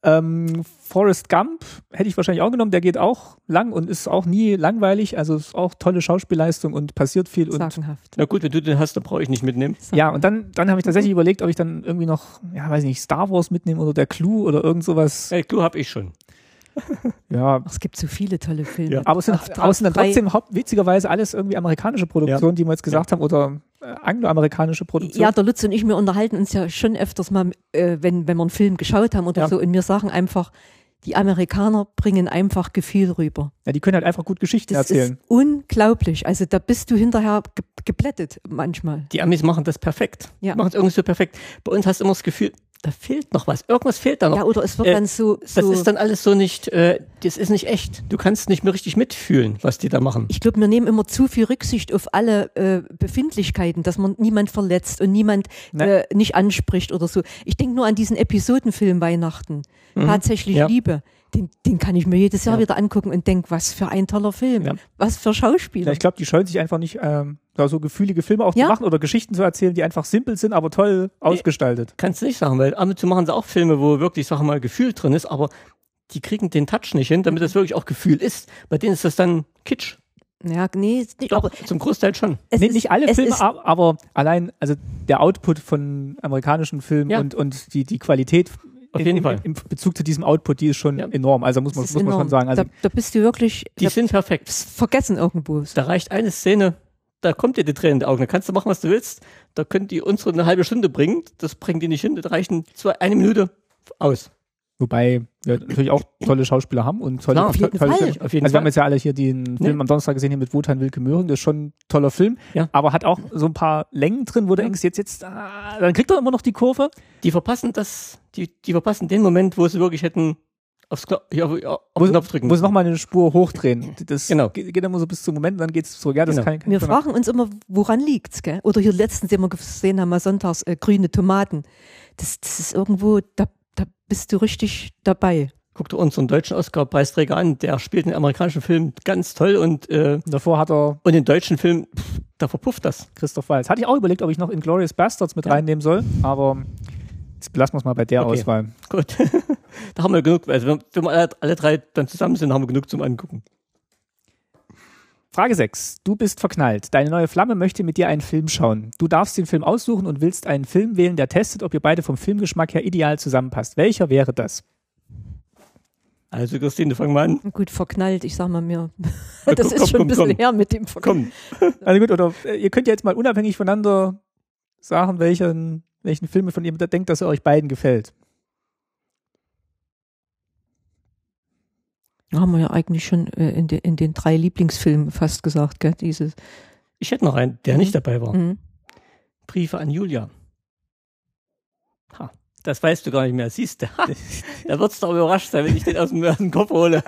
[SPEAKER 1] Ähm, Forrest Gump hätte ich wahrscheinlich auch genommen. Der geht auch lang und ist auch nie langweilig. Also ist auch tolle Schauspielleistung und passiert viel und
[SPEAKER 2] Sagenhaft.
[SPEAKER 5] Na gut, wenn du den hast, dann brauche ich nicht mitnehmen.
[SPEAKER 1] ja, und dann, dann habe ich tatsächlich
[SPEAKER 2] Mhm.
[SPEAKER 1] überlegt, ob ich dann irgendwie noch, ja, weiß nicht, Star Wars mitnehme oder der Clou oder irgend sowas.
[SPEAKER 5] Äh, Clou habe ich schon.
[SPEAKER 1] Ja,
[SPEAKER 2] Ach, es gibt so viele tolle Filme.
[SPEAKER 5] Ja.
[SPEAKER 1] Aber es sind,
[SPEAKER 2] Ach,
[SPEAKER 1] aber es sind dann
[SPEAKER 2] drei-
[SPEAKER 1] trotzdem haupt, witzigerweise alles irgendwie amerikanische Produktionen, die wir jetzt gesagt haben, oder äh, angloamerikanische
[SPEAKER 2] Ja,
[SPEAKER 1] Produktionen.
[SPEAKER 2] der Lutz und ich, wir unterhalten uns ja schon öfters mal, äh, wenn, wenn wir einen Film geschaut haben oder
[SPEAKER 1] Ja.
[SPEAKER 2] so, und wir sagen einfach, die Amerikaner bringen einfach Gefühl rüber.
[SPEAKER 1] Ja, die können halt einfach gut Geschichten
[SPEAKER 2] Das
[SPEAKER 1] erzählen.
[SPEAKER 2] ist unglaublich. Also da bist du hinterher ge geplättet manchmal.
[SPEAKER 5] Die Amis machen das perfekt.
[SPEAKER 2] Ja.
[SPEAKER 5] Machen es irgendwie so perfekt. Bei uns hast du immer das Gefühl, da fehlt noch was. Irgendwas fehlt da noch.
[SPEAKER 2] Ja, oder es wird
[SPEAKER 5] Äh,
[SPEAKER 2] dann so,
[SPEAKER 5] das
[SPEAKER 2] so
[SPEAKER 5] ist dann alles so nicht, äh, das ist nicht echt. Du kannst nicht mehr richtig mitfühlen, was die da machen.
[SPEAKER 2] ich glaube, wir nehmen immer zu viel Rücksicht auf alle äh, Befindlichkeiten, dass man niemand verletzt und niemand
[SPEAKER 1] Ne.
[SPEAKER 2] äh, nicht anspricht oder so. Ich denke nur an diesen Episodenfilm Weihnachten,
[SPEAKER 1] Mhm.
[SPEAKER 2] tatsächlich
[SPEAKER 5] Ja.
[SPEAKER 2] Liebe. Den, den kann ich mir jedes Jahr wieder angucken und denke, was für ein toller Film,
[SPEAKER 5] Ja.
[SPEAKER 2] was für
[SPEAKER 1] Ja,
[SPEAKER 2] Schauspieler.
[SPEAKER 1] ich glaube, die scheuen sich einfach nicht, ähm, da so gefühlige Filme auch
[SPEAKER 2] Ja.
[SPEAKER 1] zu machen oder Geschichten zu erzählen, die einfach simpel sind, aber toll ausgestaltet.
[SPEAKER 5] Kannst du nicht sagen, weil ab und zu machen sie auch Filme, wo wirklich, sag mal, Gefühl drin ist, aber die kriegen den Touch nicht hin, damit das wirklich auch Gefühl ist. Bei denen ist das dann Kitsch.
[SPEAKER 2] Ja, nee, ist nicht,
[SPEAKER 5] Doch,
[SPEAKER 2] aber
[SPEAKER 5] zum Großteil schon.
[SPEAKER 2] es
[SPEAKER 1] Nee,
[SPEAKER 2] ist,
[SPEAKER 1] nicht alle
[SPEAKER 2] es
[SPEAKER 1] Filme,
[SPEAKER 2] ist,
[SPEAKER 1] ab- aber allein, also der Output von amerikanischen Filmen
[SPEAKER 5] Ja.
[SPEAKER 1] und, und die, die Qualität
[SPEAKER 5] Auf
[SPEAKER 1] in-
[SPEAKER 5] jeden
[SPEAKER 1] im,
[SPEAKER 5] Fall.
[SPEAKER 1] im Bezug zu diesem Output, die ist schon
[SPEAKER 5] Ja.
[SPEAKER 1] enorm. Also muss man,
[SPEAKER 2] es ist
[SPEAKER 1] muss man schon
[SPEAKER 2] enorm.
[SPEAKER 1] sagen. Also,
[SPEAKER 2] da, da bist du wirklich
[SPEAKER 5] Die
[SPEAKER 2] da,
[SPEAKER 5] sind perfekt.
[SPEAKER 2] vergessen irgendwo.
[SPEAKER 5] Da reicht eine Szene, da kommt dir die Tränen in die Augen. Da kannst du machen, was du willst. Da können die unsere eine halbe Stunde bringen. Das bringen die nicht hin. Das reichen zwei, eine Minute aus.
[SPEAKER 1] Wobei wir natürlich auch tolle Schauspieler haben und tolle,
[SPEAKER 5] Klar, auf
[SPEAKER 1] to-
[SPEAKER 2] jeden
[SPEAKER 1] tolle
[SPEAKER 2] Fall.
[SPEAKER 1] Filme.
[SPEAKER 5] Auf jeden
[SPEAKER 1] also wir haben
[SPEAKER 5] Fall.
[SPEAKER 1] jetzt ja alle hier den Film am Donnerstag gesehen hier mit Wotan Wilke Möhring, das ist schon ein toller Film,
[SPEAKER 5] Ja.
[SPEAKER 1] aber hat auch so ein paar Längen drin, wo du denkst, jetzt, jetzt, ah, dann kriegt er immer noch die Kurve.
[SPEAKER 5] Die verpassen das, die, die verpassen den Moment, wo sie wirklich hätten aufs Kno ja, auf, ja, auf den Knopf drücken.
[SPEAKER 1] Muss noch nochmal eine Spur hochdrehen. Das
[SPEAKER 5] Genau.
[SPEAKER 1] geht, geht immer so bis zum Moment und dann geht's zurück. Ja, das
[SPEAKER 5] Genau.
[SPEAKER 1] kann, kann
[SPEAKER 2] Wir
[SPEAKER 1] kann-
[SPEAKER 2] fragen uns immer, woran liegt's, gell? Oder hier letztens immer gesehen haben wir sonntags äh, grüne Tomaten. Das, das ist irgendwo, da, da bist du richtig dabei.
[SPEAKER 5] Guckt unseren deutschen Oscar-Preisträger an, der spielt den amerikanischen Film ganz toll und, äh,
[SPEAKER 1] Davor hat er
[SPEAKER 5] und den deutschen Film, pff, da verpufft das. [laughs]
[SPEAKER 1] Christoph Walz. Hatte ich auch überlegt, ob ich noch Inglourious Bastards mit
[SPEAKER 5] Ja.
[SPEAKER 1] reinnehmen soll, aber jetzt belassen wir es mal bei der
[SPEAKER 5] Okay.
[SPEAKER 1] Auswahl.
[SPEAKER 5] Gut. da haben wir genug, also wenn, wenn wir alle, alle drei dann zusammen sind, haben wir genug zum Angucken.
[SPEAKER 1] Frage 6. Du bist verknallt. Deine neue Flamme möchte mit dir einen Film schauen. Du darfst den Film aussuchen und willst einen Film wählen, der testet, ob ihr beide vom Filmgeschmack her ideal zusammenpasst. Welcher wäre das?
[SPEAKER 5] Also Christine, fang mal an.
[SPEAKER 2] Gut, verknallt, ich sag mal mir. [laughs]
[SPEAKER 5] Ja,
[SPEAKER 2] Das
[SPEAKER 5] komm,
[SPEAKER 2] ist
[SPEAKER 5] komm,
[SPEAKER 2] schon ein
[SPEAKER 5] komm,
[SPEAKER 2] bisschen
[SPEAKER 5] komm.
[SPEAKER 2] her mit dem Verknallt.
[SPEAKER 5] Komm,
[SPEAKER 1] Also gut, oder äh, ihr könnt ja jetzt mal unabhängig voneinander sagen, welchen, welchen Film von ihr denkt, dass er euch beiden gefällt.
[SPEAKER 2] Haben wir ja eigentlich schon äh, in, de, in den drei Lieblingsfilmen fast gesagt, gell? Dieses.
[SPEAKER 5] ich hätte noch einen, der nicht dabei war.
[SPEAKER 2] Mhm.
[SPEAKER 5] Briefe an Julia. Ha, das weißt du gar nicht mehr. Siehst du, ha, da wird's doch überrascht sein, wenn ich den aus dem, aus dem Kopf hole.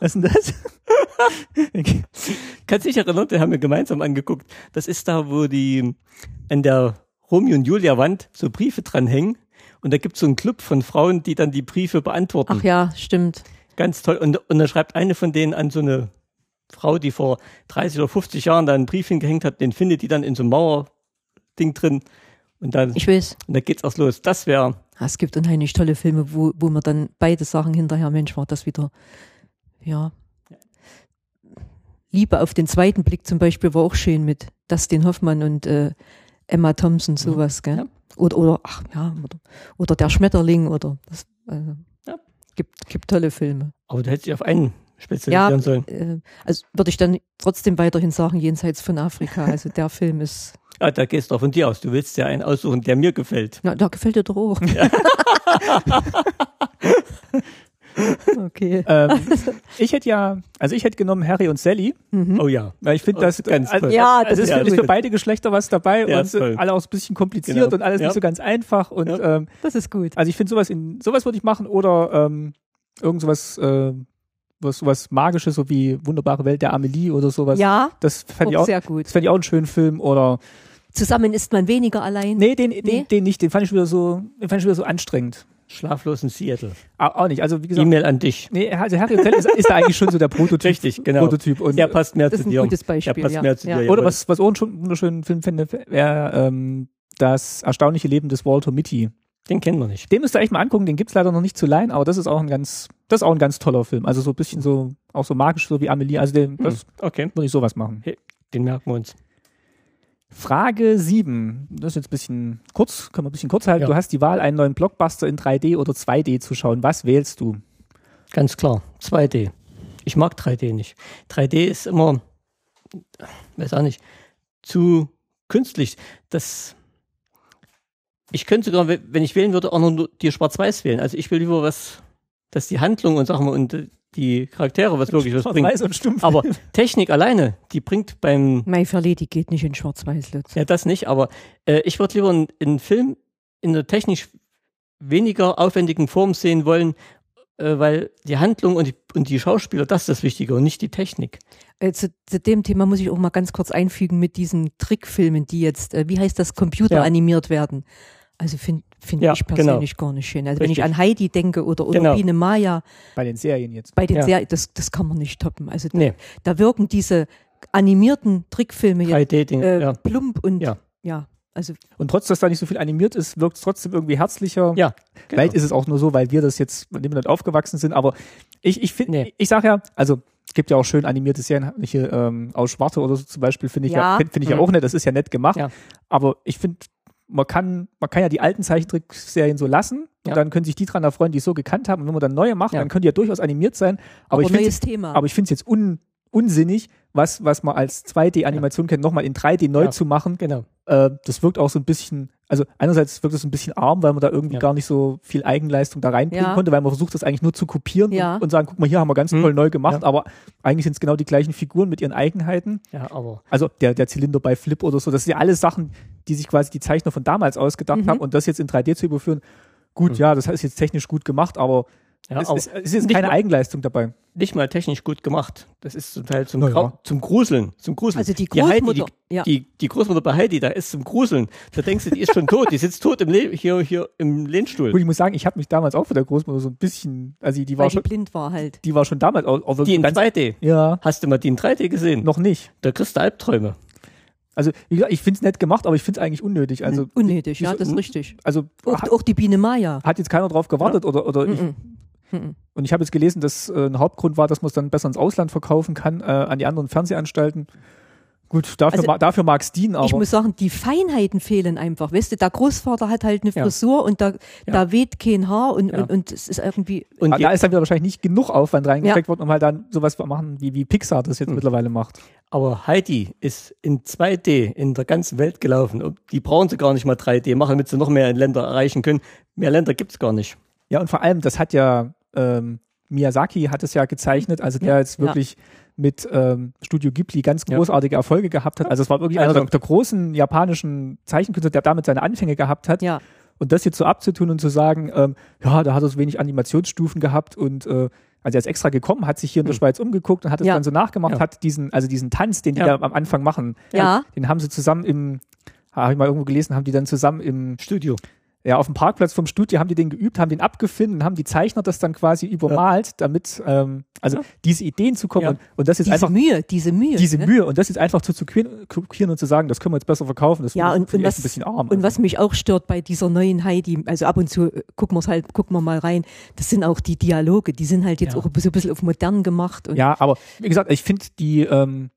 [SPEAKER 1] Was ist denn das?
[SPEAKER 5] Kannst dich erinnern, den haben wir gemeinsam angeguckt. Das ist da, wo die an der Romeo und Julia Wand so Briefe dranhängen. Und da gibt's so einen Club von Frauen, die dann die Briefe beantworten.
[SPEAKER 2] Ach ja, stimmt.
[SPEAKER 5] Ganz toll. Und, und da schreibt eine von denen an so eine Frau, die vor 30 oder 50 Jahren da einen Brief hingehängt hat, den findet die dann in so einem Mauerding drin. Und dann,
[SPEAKER 2] Ich weiß.
[SPEAKER 5] und dann geht's auch los. Das wäre
[SPEAKER 2] Ah, Es gibt unheimlich tolle Filme, wo, wo man dann beide Sachen hinterher, Mensch, war das wieder. Ja. Liebe auf den zweiten Blick zum Beispiel war auch schön mit Dustin Hoffmann und äh, Emma Thompson, sowas, gell?
[SPEAKER 5] Mhm. Ja.
[SPEAKER 2] Oder, oder, ach ja, oder, oder Der Schmetterling oder das. Also,
[SPEAKER 5] Ja.
[SPEAKER 2] gibt, gibt tolle Filme.
[SPEAKER 5] Aber du hättest dich auf einen spezialisieren
[SPEAKER 2] Ja.
[SPEAKER 5] sollen.
[SPEAKER 2] Äh, also würde ich dann trotzdem weiterhin sagen, jenseits von
[SPEAKER 5] [laughs]
[SPEAKER 2] Afrika. Also der Film ist.
[SPEAKER 5] Ja, Ah, da gehst du auch von dir aus. Du willst ja einen aussuchen, der mir gefällt.
[SPEAKER 2] Na, da gefällt dir doch auch. [laughs] okay.
[SPEAKER 1] ähm, ich hätte ja, also ich hätte genommen Harry und Sally,
[SPEAKER 2] Mhm.
[SPEAKER 5] Oh ja.
[SPEAKER 1] weil ich finde,
[SPEAKER 5] Oh,
[SPEAKER 1] das,
[SPEAKER 5] ganz toll.
[SPEAKER 2] Ja,
[SPEAKER 1] das
[SPEAKER 2] das
[SPEAKER 1] ist
[SPEAKER 2] ist
[SPEAKER 1] wirklich
[SPEAKER 5] gut.
[SPEAKER 1] für beide Geschlechter was dabei
[SPEAKER 5] Ja,
[SPEAKER 1] und sind
[SPEAKER 5] toll.
[SPEAKER 1] alle auch ein bisschen kompliziert
[SPEAKER 5] Genau.
[SPEAKER 1] und alles
[SPEAKER 5] Ja.
[SPEAKER 1] nicht so ganz einfach und
[SPEAKER 5] Ja.
[SPEAKER 1] ähm,
[SPEAKER 2] Das ist gut.
[SPEAKER 1] Also ich finde sowas in sowas würde ich machen oder ähm, irgend sowas äh, was sowas magisches so wie wunderbare Welt der Amelie oder sowas.
[SPEAKER 2] Ja,
[SPEAKER 1] Das fände ich
[SPEAKER 2] auch
[SPEAKER 1] auch
[SPEAKER 2] sehr gut.
[SPEAKER 1] das fände ich auch einen schönen Film oder
[SPEAKER 2] Zusammen ist man weniger allein.
[SPEAKER 1] nee, den
[SPEAKER 2] Nee?
[SPEAKER 1] den, den nicht, den fand ich wieder so den fand ich wieder so anstrengend.
[SPEAKER 5] Schlaflos in Seattle.
[SPEAKER 1] Au- Auch nicht, also wie gesagt,
[SPEAKER 5] E-Mail an dich.
[SPEAKER 1] nee, also Harry Hotel ist, ist da eigentlich schon so der Prototyp.
[SPEAKER 5] Richtig, genau.
[SPEAKER 1] Prototyp und
[SPEAKER 5] Der passt mehr
[SPEAKER 2] Das
[SPEAKER 5] zu
[SPEAKER 2] ist ein
[SPEAKER 5] dir.
[SPEAKER 2] gutes Beispiel,
[SPEAKER 5] Der passt
[SPEAKER 2] ja.
[SPEAKER 5] mehr zu
[SPEAKER 2] Ja.
[SPEAKER 5] dir.
[SPEAKER 1] oder was was auch einen schon wunderschönen Film finde, wäre ähm, das erstaunliche Leben des Walter Mitty.
[SPEAKER 5] Den kennen wir nicht.
[SPEAKER 1] Den müsst ihr echt mal angucken, den gibt's leider noch nicht zu leihen, aber das ist auch ein ganz, das ist auch ein ganz toller Film. Also so ein bisschen so, auch so magisch, so wie Amelie. Also den, das
[SPEAKER 5] Okay.
[SPEAKER 1] würde ich sowas machen.
[SPEAKER 5] Den merken wir uns.
[SPEAKER 1] Frage 7. Das ist jetzt ein bisschen kurz, können wir ein bisschen kurz halten.
[SPEAKER 5] Ja.
[SPEAKER 1] Du hast die Wahl, einen neuen Blockbuster in 3D oder 2D zu schauen. Was wählst du?
[SPEAKER 5] Ganz klar. 2D. Ich mag 3D nicht. 3D ist immer, weiß auch nicht, zu künstlich. Das, ich könnte sogar, we- wenn ich wählen würde, auch nur die Schwarz-Weiß wählen. Also ich will lieber was, dass die Handlung und Sachen und äh, die Charaktere was wirklich was bringt.
[SPEAKER 1] Schwarz-Weiß und stumpf.
[SPEAKER 5] Aber Technik alleine, die bringt beim,
[SPEAKER 2] My Fair Lady geht nicht in Schwarz-Weiß, Lutz.
[SPEAKER 5] ja das nicht, aber äh, ich würde lieber einen, einen Film in einer technisch weniger aufwendigen Form sehen wollen, äh, weil die Handlung und die, und die Schauspieler, das ist das Wichtige und nicht die Technik.
[SPEAKER 2] Äh, zu, zu dem Thema muss ich auch mal ganz kurz einfügen mit diesen Trickfilmen, die jetzt, äh, wie heißt das, computeranimiert werden. Also finde find
[SPEAKER 5] Ja, genau.
[SPEAKER 2] ich persönlich gar nicht schön. Also wenn ich
[SPEAKER 5] Richtig.
[SPEAKER 2] an Heidi denke oder, oder
[SPEAKER 5] Genau.
[SPEAKER 2] Biene Maya,
[SPEAKER 1] [laughs] bei den Serien jetzt.
[SPEAKER 2] bei den
[SPEAKER 5] Ja.
[SPEAKER 2] sehr, das, das kann man nicht toppen. Also da,
[SPEAKER 5] Nee.
[SPEAKER 2] da wirken diese animierten Trickfilme jetzt
[SPEAKER 5] 3D-Ding,
[SPEAKER 2] äh,
[SPEAKER 5] ja.
[SPEAKER 2] plump und
[SPEAKER 5] Ja.
[SPEAKER 2] ja. also
[SPEAKER 1] Und trotz, dass da nicht so viel animiert ist, wirkt es trotzdem irgendwie herzlicher.
[SPEAKER 5] Ja, genau.
[SPEAKER 1] Vielleicht ist es auch nur so, weil wir das jetzt mit dem Land aufgewachsen sind, aber ich, ich finde,
[SPEAKER 5] Nee.
[SPEAKER 1] ich sage ja, also es gibt ja auch schön animierte Serien, hier ähm, aus Schwarte oder so zum Beispiel, finde ich ja,
[SPEAKER 2] Ja.
[SPEAKER 1] finde find ich ja
[SPEAKER 5] Mhm.
[SPEAKER 1] auch nett, das ist ja nett gemacht.
[SPEAKER 5] Ja.
[SPEAKER 1] Aber ich finde, man kann, man kann ja die alten Zeichentrickserien so lassen und
[SPEAKER 5] Ja.
[SPEAKER 1] dann können sich die dran erfreuen, die es so gekannt haben. Und wenn man dann neue macht,
[SPEAKER 5] Ja.
[SPEAKER 1] dann können die ja durchaus animiert sein. Aber,
[SPEAKER 2] aber
[SPEAKER 1] ich finde
[SPEAKER 2] neues
[SPEAKER 1] es
[SPEAKER 2] Thema.
[SPEAKER 1] aber ich find's jetzt un, unsinnig, was, was man als 2D-Animation kennt, nochmal in 3D neu
[SPEAKER 5] Ja.
[SPEAKER 1] zu machen.
[SPEAKER 5] genau.
[SPEAKER 1] Äh, das wirkt auch so ein bisschen also einerseits wirkt es ein bisschen arm, weil man da irgendwie
[SPEAKER 5] Ja.
[SPEAKER 1] gar nicht so viel Eigenleistung da reinbringen
[SPEAKER 2] Ja.
[SPEAKER 1] konnte, weil man versucht das eigentlich nur zu kopieren
[SPEAKER 2] Ja.
[SPEAKER 1] und, und sagen, guck mal, hier haben wir ganz
[SPEAKER 3] Hm.
[SPEAKER 1] toll neu gemacht,
[SPEAKER 5] Ja.
[SPEAKER 1] aber eigentlich sind es genau die gleichen Figuren mit ihren Eigenheiten.
[SPEAKER 5] Ja, aber
[SPEAKER 1] Also der, der Zylinder bei Flip oder so, das sind ja alles Sachen, die sich quasi die Zeichner von damals ausgedacht
[SPEAKER 2] Mhm.
[SPEAKER 1] haben und das jetzt in 3D zu überführen. Gut, ja, das ist jetzt technisch gut gemacht, aber
[SPEAKER 5] Hm. ja,
[SPEAKER 1] es,
[SPEAKER 5] aber
[SPEAKER 1] ist, äh, es ist
[SPEAKER 5] nicht
[SPEAKER 1] keine
[SPEAKER 5] mal-
[SPEAKER 1] Eigenleistung dabei.
[SPEAKER 5] nicht mal technisch gut gemacht. Das ist zum Teil zum,
[SPEAKER 1] Na ja.
[SPEAKER 5] Grau- zum Gruseln. Zum Gruseln.
[SPEAKER 2] Also die
[SPEAKER 5] Heidi,
[SPEAKER 2] Großmutter,
[SPEAKER 5] die,
[SPEAKER 2] ja.
[SPEAKER 5] die, die Großmutter bei Heidi, da ist zum Gruseln. Da denkst du, die ist schon tot. Die sitzt tot im Le hier, hier im Lehnstuhl.
[SPEAKER 1] Gut, ich muss sagen, ich habe mich damals auch von der Großmutter so ein bisschen, also die war
[SPEAKER 2] weil sie
[SPEAKER 1] schon,
[SPEAKER 2] blind war halt.
[SPEAKER 1] die war schon damals auch, auch
[SPEAKER 5] Die
[SPEAKER 1] wirklich
[SPEAKER 5] in 3D.
[SPEAKER 1] ja,
[SPEAKER 5] Hast du mal die in 3D gesehen?
[SPEAKER 1] noch nicht.
[SPEAKER 5] Da kriegst du Albträume.
[SPEAKER 1] Also wie gesagt, ich finde es nett gemacht, aber ich finde es eigentlich unnötig. Also,
[SPEAKER 2] Unnötig, ja,
[SPEAKER 1] wieso-
[SPEAKER 2] Oh, das ist richtig.
[SPEAKER 1] also
[SPEAKER 2] Auch,
[SPEAKER 1] ha-
[SPEAKER 2] auch die Biene Maya.
[SPEAKER 1] hat jetzt keiner drauf gewartet oder, oder ich,
[SPEAKER 2] Mhm. Mhm.
[SPEAKER 1] und ich habe jetzt gelesen, dass äh, ein Hauptgrund war, dass man es dann besser ins Ausland verkaufen kann, äh, an die anderen Fernsehanstalten. Gut, dafür,
[SPEAKER 2] Also,
[SPEAKER 1] ma dafür mag es dienen, aber
[SPEAKER 2] Ich muss sagen, die Feinheiten fehlen einfach. Weißt du, der Großvater hat halt eine
[SPEAKER 1] Ja.
[SPEAKER 2] Frisur und da, da weht kein Haar und,
[SPEAKER 5] Ja.
[SPEAKER 2] und, und es ist irgendwie.
[SPEAKER 5] Und
[SPEAKER 1] Ah,
[SPEAKER 5] die-
[SPEAKER 1] da ist dann wieder wahrscheinlich nicht genug Aufwand reingesteckt worden, um halt dann sowas zu machen, wie, wie Pixar das jetzt
[SPEAKER 2] Hm.
[SPEAKER 1] mittlerweile macht.
[SPEAKER 5] Aber Heidi ist in 2D in der ganzen Welt gelaufen. Und Die brauchen sie gar nicht mal 3D machen, damit sie noch mehr Länder erreichen können. Mehr Länder gibt's gar nicht.
[SPEAKER 1] Ja, und vor allem, das hat ja ähm, Miyazaki hat es ja gezeichnet, also der jetzt
[SPEAKER 2] Ja.
[SPEAKER 1] wirklich mit ähm, Studio Ghibli ganz
[SPEAKER 5] Ja.
[SPEAKER 1] großartige Erfolge gehabt hat. Also es war wirklich
[SPEAKER 5] Also-
[SPEAKER 1] einer der, der großen japanischen Zeichenkünstler, der damit seine Anfänge gehabt hat.
[SPEAKER 2] Ja,
[SPEAKER 1] Und das jetzt so abzutun und zu sagen, ähm, ja, da hat er so wenig Animationsstufen gehabt und äh, also er ist extra gekommen, hat sich hier in der Schweiz umgeguckt und hat es
[SPEAKER 2] Hm. Ja.
[SPEAKER 1] dann so nachgemacht,
[SPEAKER 5] Ja.
[SPEAKER 1] hat diesen, also diesen Tanz, den die
[SPEAKER 5] Ja.
[SPEAKER 1] da am Anfang machen, halt,
[SPEAKER 2] Ja.
[SPEAKER 1] den haben sie zusammen im, habe ich mal irgendwo gelesen, haben die dann zusammen im
[SPEAKER 5] Studio.
[SPEAKER 1] ja, auf dem Parkplatz vom Studio haben die den geübt, haben den abgefilmt und haben die Zeichner das dann quasi übermalt, damit, ähm, also diese Ideen zu kommen
[SPEAKER 5] Ja.
[SPEAKER 1] und, und das jetzt
[SPEAKER 2] diese
[SPEAKER 1] einfach,
[SPEAKER 2] Mühe, diese Mühe.
[SPEAKER 1] diese
[SPEAKER 2] ne?
[SPEAKER 1] Mühe und das jetzt einfach zu zu kopieren kopieren und zu sagen, das können wir jetzt besser verkaufen, das
[SPEAKER 2] Ja,
[SPEAKER 1] finde
[SPEAKER 2] und,
[SPEAKER 1] ich
[SPEAKER 2] und, was,
[SPEAKER 1] echt ein bisschen arm. also.
[SPEAKER 2] und was mich auch stört bei dieser neuen Heidi, also ab und zu äh, gucken wir halt, gucken wir mal rein, das sind auch die Dialoge, die sind halt jetzt
[SPEAKER 5] Ja.
[SPEAKER 2] auch so ein bisschen auf modern gemacht und
[SPEAKER 1] ja, aber wie gesagt, ich finde die, ähm,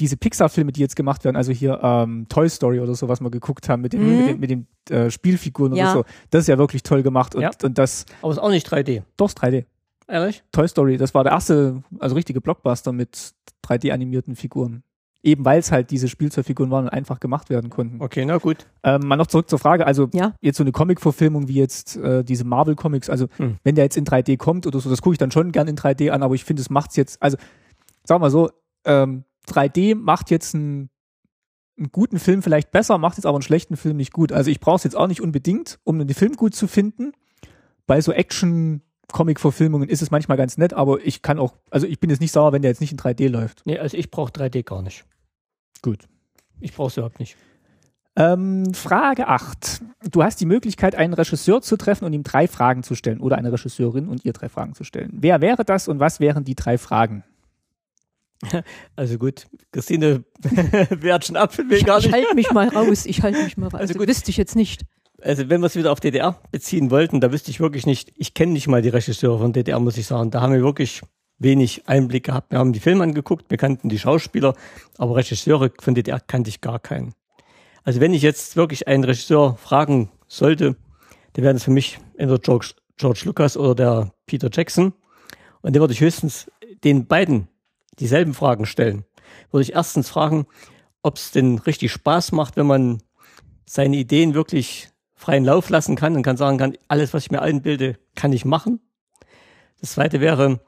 [SPEAKER 1] diese Pixar-Filme, die jetzt gemacht werden, also hier ähm, Toy Story oder so, was wir geguckt haben mit den,
[SPEAKER 2] Mhm.
[SPEAKER 1] mit den, mit den äh, Spielfiguren
[SPEAKER 2] Ja.
[SPEAKER 1] oder so, das ist ja wirklich toll gemacht und,
[SPEAKER 5] Ja.
[SPEAKER 1] und das,
[SPEAKER 5] Aber ist auch nicht 3D.
[SPEAKER 1] doch 3D.
[SPEAKER 5] Ehrlich?
[SPEAKER 1] Toy Story, das war der erste, also richtige Blockbuster mit 3D-animierten Figuren. Eben weil es halt diese Spielzeugfiguren waren und einfach gemacht werden konnten.
[SPEAKER 5] Okay, na gut.
[SPEAKER 1] Ähm, mal noch zurück zur Frage, also
[SPEAKER 2] Ja.
[SPEAKER 1] jetzt so eine Comic-Verfilmung wie jetzt äh, diese Marvel-Comics, also
[SPEAKER 5] Hm.
[SPEAKER 1] wenn der jetzt in 3D kommt oder so, das gucke ich dann schon gern in 3D an, aber ich finde, es macht's jetzt, also sagen wir mal so, ähm, 3D macht jetzt einen, einen guten Film vielleicht besser, macht jetzt aber einen schlechten Film nicht gut. Also ich brauche es jetzt auch nicht unbedingt, um den Film gut zu finden. Bei so Action-Comic-Verfilmungen ist es manchmal ganz nett, aber ich kann auch, also ich bin jetzt nicht sauer, wenn der jetzt nicht in 3D läuft.
[SPEAKER 5] Nee, also ich brauche 3D gar nicht.
[SPEAKER 1] Gut.
[SPEAKER 5] Ich brauche es überhaupt nicht.
[SPEAKER 1] Ähm, Frage 8. Du hast die Möglichkeit, einen Regisseur zu treffen und ihm drei Fragen zu stellen oder eine Regisseurin und ihr drei Fragen zu stellen. Wer wäre das und was wären die drei Fragen?
[SPEAKER 5] Also gut, Christine [laughs] wehrt schon ab, [laughs] will
[SPEAKER 2] ich,
[SPEAKER 5] gar
[SPEAKER 2] ich
[SPEAKER 5] nicht.
[SPEAKER 2] halte mich
[SPEAKER 1] [laughs]
[SPEAKER 2] mal raus, ich halte mich mal raus. Also
[SPEAKER 5] gut.
[SPEAKER 2] wüsste ich jetzt nicht.
[SPEAKER 5] Also wenn wir es wieder auf DDR beziehen wollten, da wüsste ich wirklich nicht, ich kenne nicht mal die Regisseure von DDR, muss ich sagen. Da haben wir wirklich wenig Einblick gehabt. Wir haben die Filme angeguckt, wir kannten die Schauspieler, aber Regisseure von DDR kannte ich gar keinen. Also wenn ich jetzt wirklich einen Regisseur fragen sollte, dann wären es für mich entweder George, George Lucas oder der Peter Jackson. Und dann würde ich höchstens den beiden dieselben Fragen stellen. Würde ich erstens fragen, ob es denn richtig Spaß macht, wenn man seine Ideen wirklich freien Lauf lassen kann und kann sagen kann, alles, was ich mir einbilde, kann ich machen. Das zweite wäre,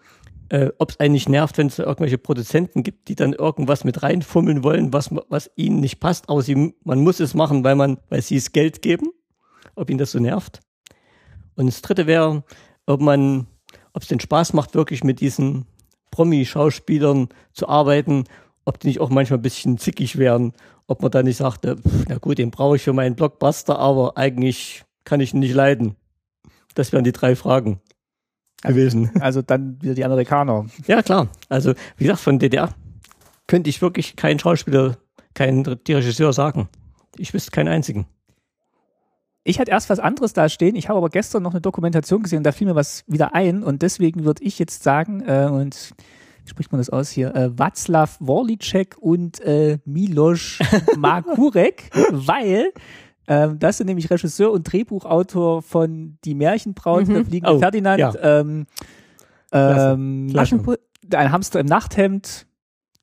[SPEAKER 5] äh, ob es einen nicht nervt, wenn es da irgendwelche Produzenten gibt, die dann irgendwas mit reinfummeln wollen, was, was ihnen nicht passt, aber sie, man muss es machen, weil man, weil sie es Geld geben, ob ihnen das so nervt. Und das dritte wäre, ob man, ob es den Spaß macht, wirklich mit diesen Promi-Schauspielern zu arbeiten, ob die nicht auch manchmal ein bisschen zickig werden, ob man da nicht sagt, äh, pf, na gut, den brauche ich für meinen Blockbuster, aber eigentlich kann ich ihn nicht leiden. Das wären die drei Fragen gewesen.
[SPEAKER 1] Also dann wieder die Amerikaner.
[SPEAKER 5] Ja, klar. Also, wie gesagt, von DDR könnte ich wirklich keinen Schauspieler, keinen Regisseur sagen. Ich wüsste keinen einzigen.
[SPEAKER 1] Ich hatte erst was anderes da stehen, ich habe aber gestern noch eine Dokumentation gesehen und da fiel mir was wieder ein und deswegen würde ich jetzt sagen, äh, und wie spricht man das aus hier, äh, Václav Worlicek und äh,
[SPEAKER 5] [laughs]
[SPEAKER 1] Miloš Makurek, weil ähm, das sind nämlich Regisseur und Drehbuchautor von Die Märchenbraut,
[SPEAKER 2] Mhm.
[SPEAKER 1] der fliegende
[SPEAKER 5] Oh,
[SPEAKER 1] Ferdinand,
[SPEAKER 5] ja.
[SPEAKER 1] ähm, ähm,
[SPEAKER 5] Klasse.
[SPEAKER 2] Aschenputtel,
[SPEAKER 1] ein Hamster im Nachthemd,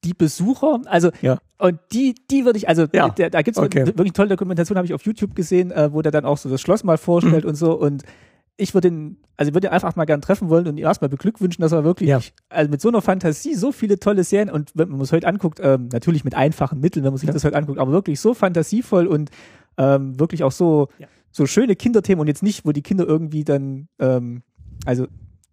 [SPEAKER 1] die Besucher. Also
[SPEAKER 5] Ja.
[SPEAKER 1] und die, die würde ich, also
[SPEAKER 5] Ja.
[SPEAKER 1] da, da gibt's
[SPEAKER 5] Okay.
[SPEAKER 1] wirklich tolle Dokumentation, habe ich auf YouTube gesehen, äh, wo der dann auch so das Schloss mal
[SPEAKER 5] Mhm.
[SPEAKER 1] vorstellt und so. Und ich würde ihn, also ich würde ihn einfach mal gern treffen wollen und ihn erstmal beglückwünschen, dass er wirklich
[SPEAKER 5] Ja.
[SPEAKER 1] also mit so einer Fantasie so viele tolle Serien und wenn man es heute anguckt, ähm, natürlich mit einfachen Mitteln, wenn man sich das heute anguckt, aber wirklich so fantasievoll und ähm, wirklich auch so,
[SPEAKER 5] Ja.
[SPEAKER 1] so schöne Kinderthemen und jetzt nicht, wo die Kinder irgendwie dann, ähm, also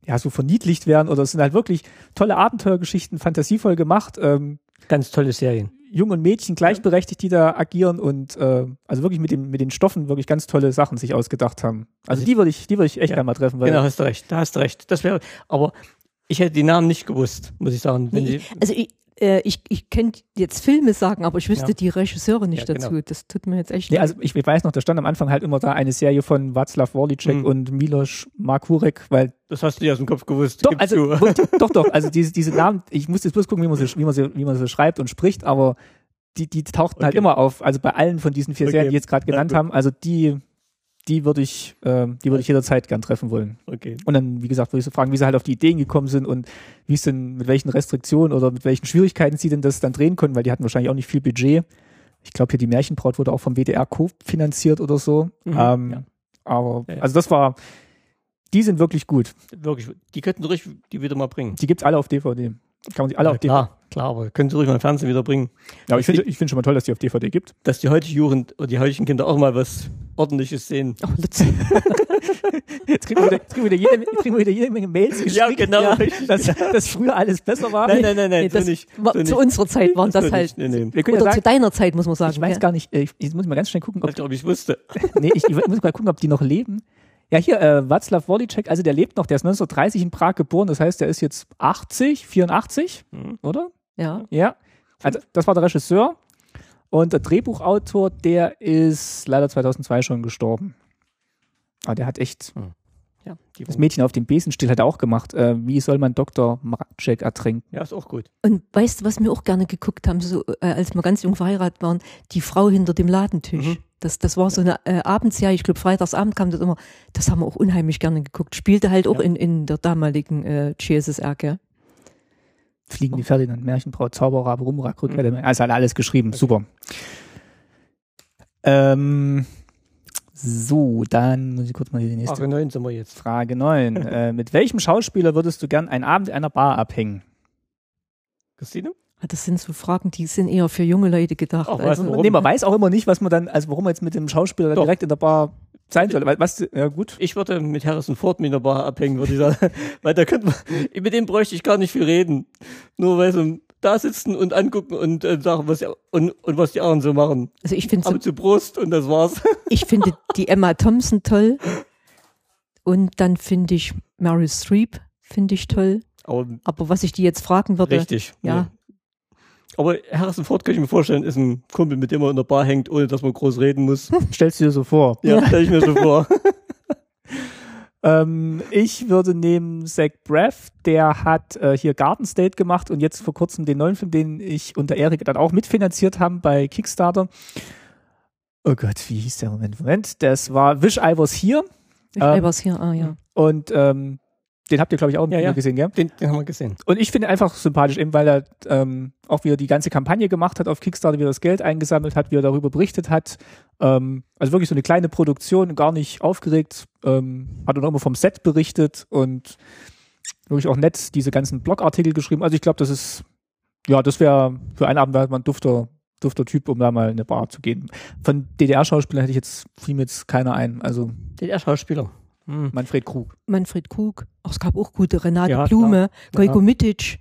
[SPEAKER 1] ja, so verniedlicht werden oder es sind halt wirklich tolle Abenteuergeschichten, fantasievoll gemacht, ähm,
[SPEAKER 5] Ganz tolle Serien.
[SPEAKER 1] Jungen und Mädchen gleichberechtigt, die da agieren und äh, also wirklich mit, dem, mit den Stoffen wirklich ganz tolle Sachen sich ausgedacht haben. Also die würde ich, die würde ich echt
[SPEAKER 5] Ja.
[SPEAKER 1] gerne mal treffen, weil
[SPEAKER 5] Genau, hast du recht. Da hast du recht. Das wäre, aber ich hätte die Namen nicht gewusst, muss ich sagen. Wenn
[SPEAKER 2] Nee,
[SPEAKER 5] die,
[SPEAKER 2] also ich, äh, ich, ich könnte jetzt Filme sagen, aber ich wüsste
[SPEAKER 5] Ja.
[SPEAKER 2] die Regisseure nicht
[SPEAKER 5] Ja,
[SPEAKER 2] dazu.
[SPEAKER 5] genau.
[SPEAKER 2] Das tut mir jetzt echt
[SPEAKER 1] Nee,
[SPEAKER 2] leid.
[SPEAKER 1] also ich, ich weiß noch, da stand am Anfang halt immer da eine Serie von Václav Vorlicek
[SPEAKER 5] Mhm.
[SPEAKER 1] und Milos Markurek, weil
[SPEAKER 5] das hast du dir aus dem Kopf gewusst.
[SPEAKER 1] doch,
[SPEAKER 5] Gib's
[SPEAKER 1] also
[SPEAKER 5] zu.
[SPEAKER 1] wo- [laughs] doch, doch, also diese, diese Namen, ich musste jetzt bloß gucken, wie man sie, wie man sie, wie man sie schreibt und spricht, aber die, die tauchten halt
[SPEAKER 5] Okay.
[SPEAKER 1] immer auf, also bei allen von diesen vier
[SPEAKER 5] Okay.
[SPEAKER 1] Serien, die jetzt gerade
[SPEAKER 5] Na
[SPEAKER 1] genannt
[SPEAKER 5] gut.
[SPEAKER 1] haben, also die, die würde ich, ähm, die würde ich jederzeit gern treffen wollen.
[SPEAKER 5] [laughs] Okay.
[SPEAKER 1] Und dann, wie gesagt, würde ich so fragen, wie sie halt auf die Ideen gekommen sind und wie es denn, mit welchen Restriktionen oder mit welchen Schwierigkeiten sie denn das dann drehen konnten, weil die hatten wahrscheinlich auch nicht viel Budget. Ich glaube, hier die Märchenbraut wurde auch vom WDR kofinanziert oder so.
[SPEAKER 5] Mhm,
[SPEAKER 1] ähm,
[SPEAKER 5] ja.
[SPEAKER 1] Aber,
[SPEAKER 5] Ja, ja.
[SPEAKER 1] also das war, die sind wirklich gut.
[SPEAKER 5] Wirklich, die könnten ruhig die wieder mal bringen.
[SPEAKER 1] Die gibt's alle auf DVD. Kann man sich alle
[SPEAKER 5] Ja,
[SPEAKER 1] auf DVD.
[SPEAKER 5] klar, klar, aber können sie ruhig mal im Fernsehen wieder bringen.
[SPEAKER 1] Ja, aber ich finde ich find schon mal toll, dass die auf DVD gibt.
[SPEAKER 5] Dass die heutige Jugend oder die heutigen Kinder auch mal was Ordentliches sehen.
[SPEAKER 2] Ach, Lutz.
[SPEAKER 1] [laughs] Jetzt kriegen wir wieder, kriegen wir wieder, jede, kriegen wir wieder jede Menge Mails geschickt,
[SPEAKER 5] genau.
[SPEAKER 1] dass, dass früher alles besser war.
[SPEAKER 5] Nein, nein, nein, nein,
[SPEAKER 2] Nee,
[SPEAKER 5] äh, so
[SPEAKER 2] das
[SPEAKER 5] nicht.
[SPEAKER 2] war,
[SPEAKER 5] so
[SPEAKER 2] zu
[SPEAKER 5] nicht.
[SPEAKER 2] unserer Zeit waren das
[SPEAKER 5] So
[SPEAKER 2] halt.
[SPEAKER 5] nicht, Nee, nee.
[SPEAKER 1] Wir können ja
[SPEAKER 2] Oder zu
[SPEAKER 1] sagen,
[SPEAKER 2] deiner Zeit, muss man sagen.
[SPEAKER 1] ich weiß
[SPEAKER 2] ja.
[SPEAKER 1] gar nicht, äh, ich, jetzt muss ich mal ganz schnell gucken, ob
[SPEAKER 5] Ich glaube, ich wusste.
[SPEAKER 1] Nee, ich, ich muss mal gucken, ob die noch leben. Ja, hier, äh, Václav Wolicek, also der lebt noch, der ist 1930 in Prag geboren, das heißt, der ist jetzt 80, 84,
[SPEAKER 5] Mhm.
[SPEAKER 1] oder?
[SPEAKER 2] Ja.
[SPEAKER 1] Ja. Also, das war der Regisseur. Und der Drehbuchautor, der ist leider 2002 schon gestorben. Aber der hat echt,
[SPEAKER 5] Ja, die
[SPEAKER 1] das Mädchen auf dem Besenstiel hat er auch gemacht. Äh, wie soll man Dr. Maracek ertrinken?
[SPEAKER 5] ja, ist auch gut.
[SPEAKER 2] Und weißt du, was wir auch gerne geguckt haben, so, äh, als wir ganz jung verheiratet waren? Die Frau hinter dem Ladentisch. Das, das war so eine äh, Abendserie, ich glaube, Freitagsabend kam das immer. Das haben wir auch unheimlich gerne geguckt. Spielte halt auch in, in der damaligen äh, GSSR, gell?
[SPEAKER 1] Fliegen die Ferdinand, Märchenbraut, Zauberer, Rumrak, Rückwelle. Also hat er alles geschrieben. Super. Ähm, so, dann muss ich kurz mal hier die nächste
[SPEAKER 5] Frage 9 sind wir jetzt.
[SPEAKER 1] Frage [laughs] 9. äh, mit welchem Schauspieler würdest du gern einen Abend in einer Bar abhängen?
[SPEAKER 5] Christine?
[SPEAKER 2] Ah, Das sind so Fragen, die sind eher für junge Leute gedacht.
[SPEAKER 5] Ach, weiß
[SPEAKER 2] also,
[SPEAKER 5] man.
[SPEAKER 1] Nee, man weiß auch immer nicht, was man dann, also warum man jetzt mit dem Schauspieler
[SPEAKER 5] Doch.
[SPEAKER 1] direkt in der Bar sein soll. Weil- Was, ja gut.
[SPEAKER 5] Ich würde mit Harrison Ford mit der Bar abhängen, würde
[SPEAKER 2] [laughs]
[SPEAKER 5] ich sagen. Weil da könnte man, mit dem bräuchte ich gar nicht viel reden. Nur weil sie da sitzen und angucken und äh, sagen, was, die- und, und was die anderen so machen.
[SPEAKER 2] also ich finde so,
[SPEAKER 5] Aber zu Brust und
[SPEAKER 2] [laughs]
[SPEAKER 5] das war's.
[SPEAKER 2] ich finde die Emma Thompson toll. Und dann finde ich Mary Streep finde ich toll.
[SPEAKER 5] Aber
[SPEAKER 2] Aber was ich die jetzt fragen würde,
[SPEAKER 5] richtig.
[SPEAKER 2] ja.
[SPEAKER 5] nee. Aber Harrison Ford könnte ich mir vorstellen, ist ein Kumpel, mit dem man in der Bar hängt, ohne dass man groß reden muss.
[SPEAKER 1] Stellst du dir so vor.
[SPEAKER 5] Ja, stelle ich mir so vor.
[SPEAKER 1] Ähm, ich würde nehmen Zach Braff, der hat äh, hier Garden State gemacht und jetzt vor kurzem den neuen Film, den ich unter Erik dann auch mitfinanziert haben bei Kickstarter. Oh Gott, wie hieß der Moment? Moment, das war Wish I Was Here
[SPEAKER 2] ich
[SPEAKER 1] Ähm,
[SPEAKER 2] weiß hier, ah ja.
[SPEAKER 1] und ähm, den habt ihr, glaube ich, auch im
[SPEAKER 5] Ja,
[SPEAKER 1] Kino
[SPEAKER 5] ja.
[SPEAKER 1] gesehen, gell?
[SPEAKER 5] Den, den haben wir gesehen.
[SPEAKER 1] Und ich finde ihn einfach sympathisch, eben weil er ähm, auch wieder die ganze Kampagne gemacht hat auf Kickstarter, wie er das Geld eingesammelt hat, wie er darüber berichtet hat. Ähm, also wirklich so eine kleine Produktion, gar nicht aufgeregt, ähm, hat er noch immer vom Set berichtet und wirklich auch nett diese ganzen Blogartikel geschrieben. Also ich glaube, das ist, ja, das wäre für einen Abend halt mal ein dufter, dufter Typ, um da mal in eine Bar zu gehen. Von DDR-Schauspielern hätte ich jetzt, fiel mir jetzt keiner ein. Also
[SPEAKER 5] Der Schauspieler. Hm.
[SPEAKER 1] Manfred Krug.
[SPEAKER 2] Manfred Krug, ach, es gab auch gute, Renate
[SPEAKER 5] Ja,
[SPEAKER 2] Blume, Gojko
[SPEAKER 5] Ja.
[SPEAKER 2] Mitic,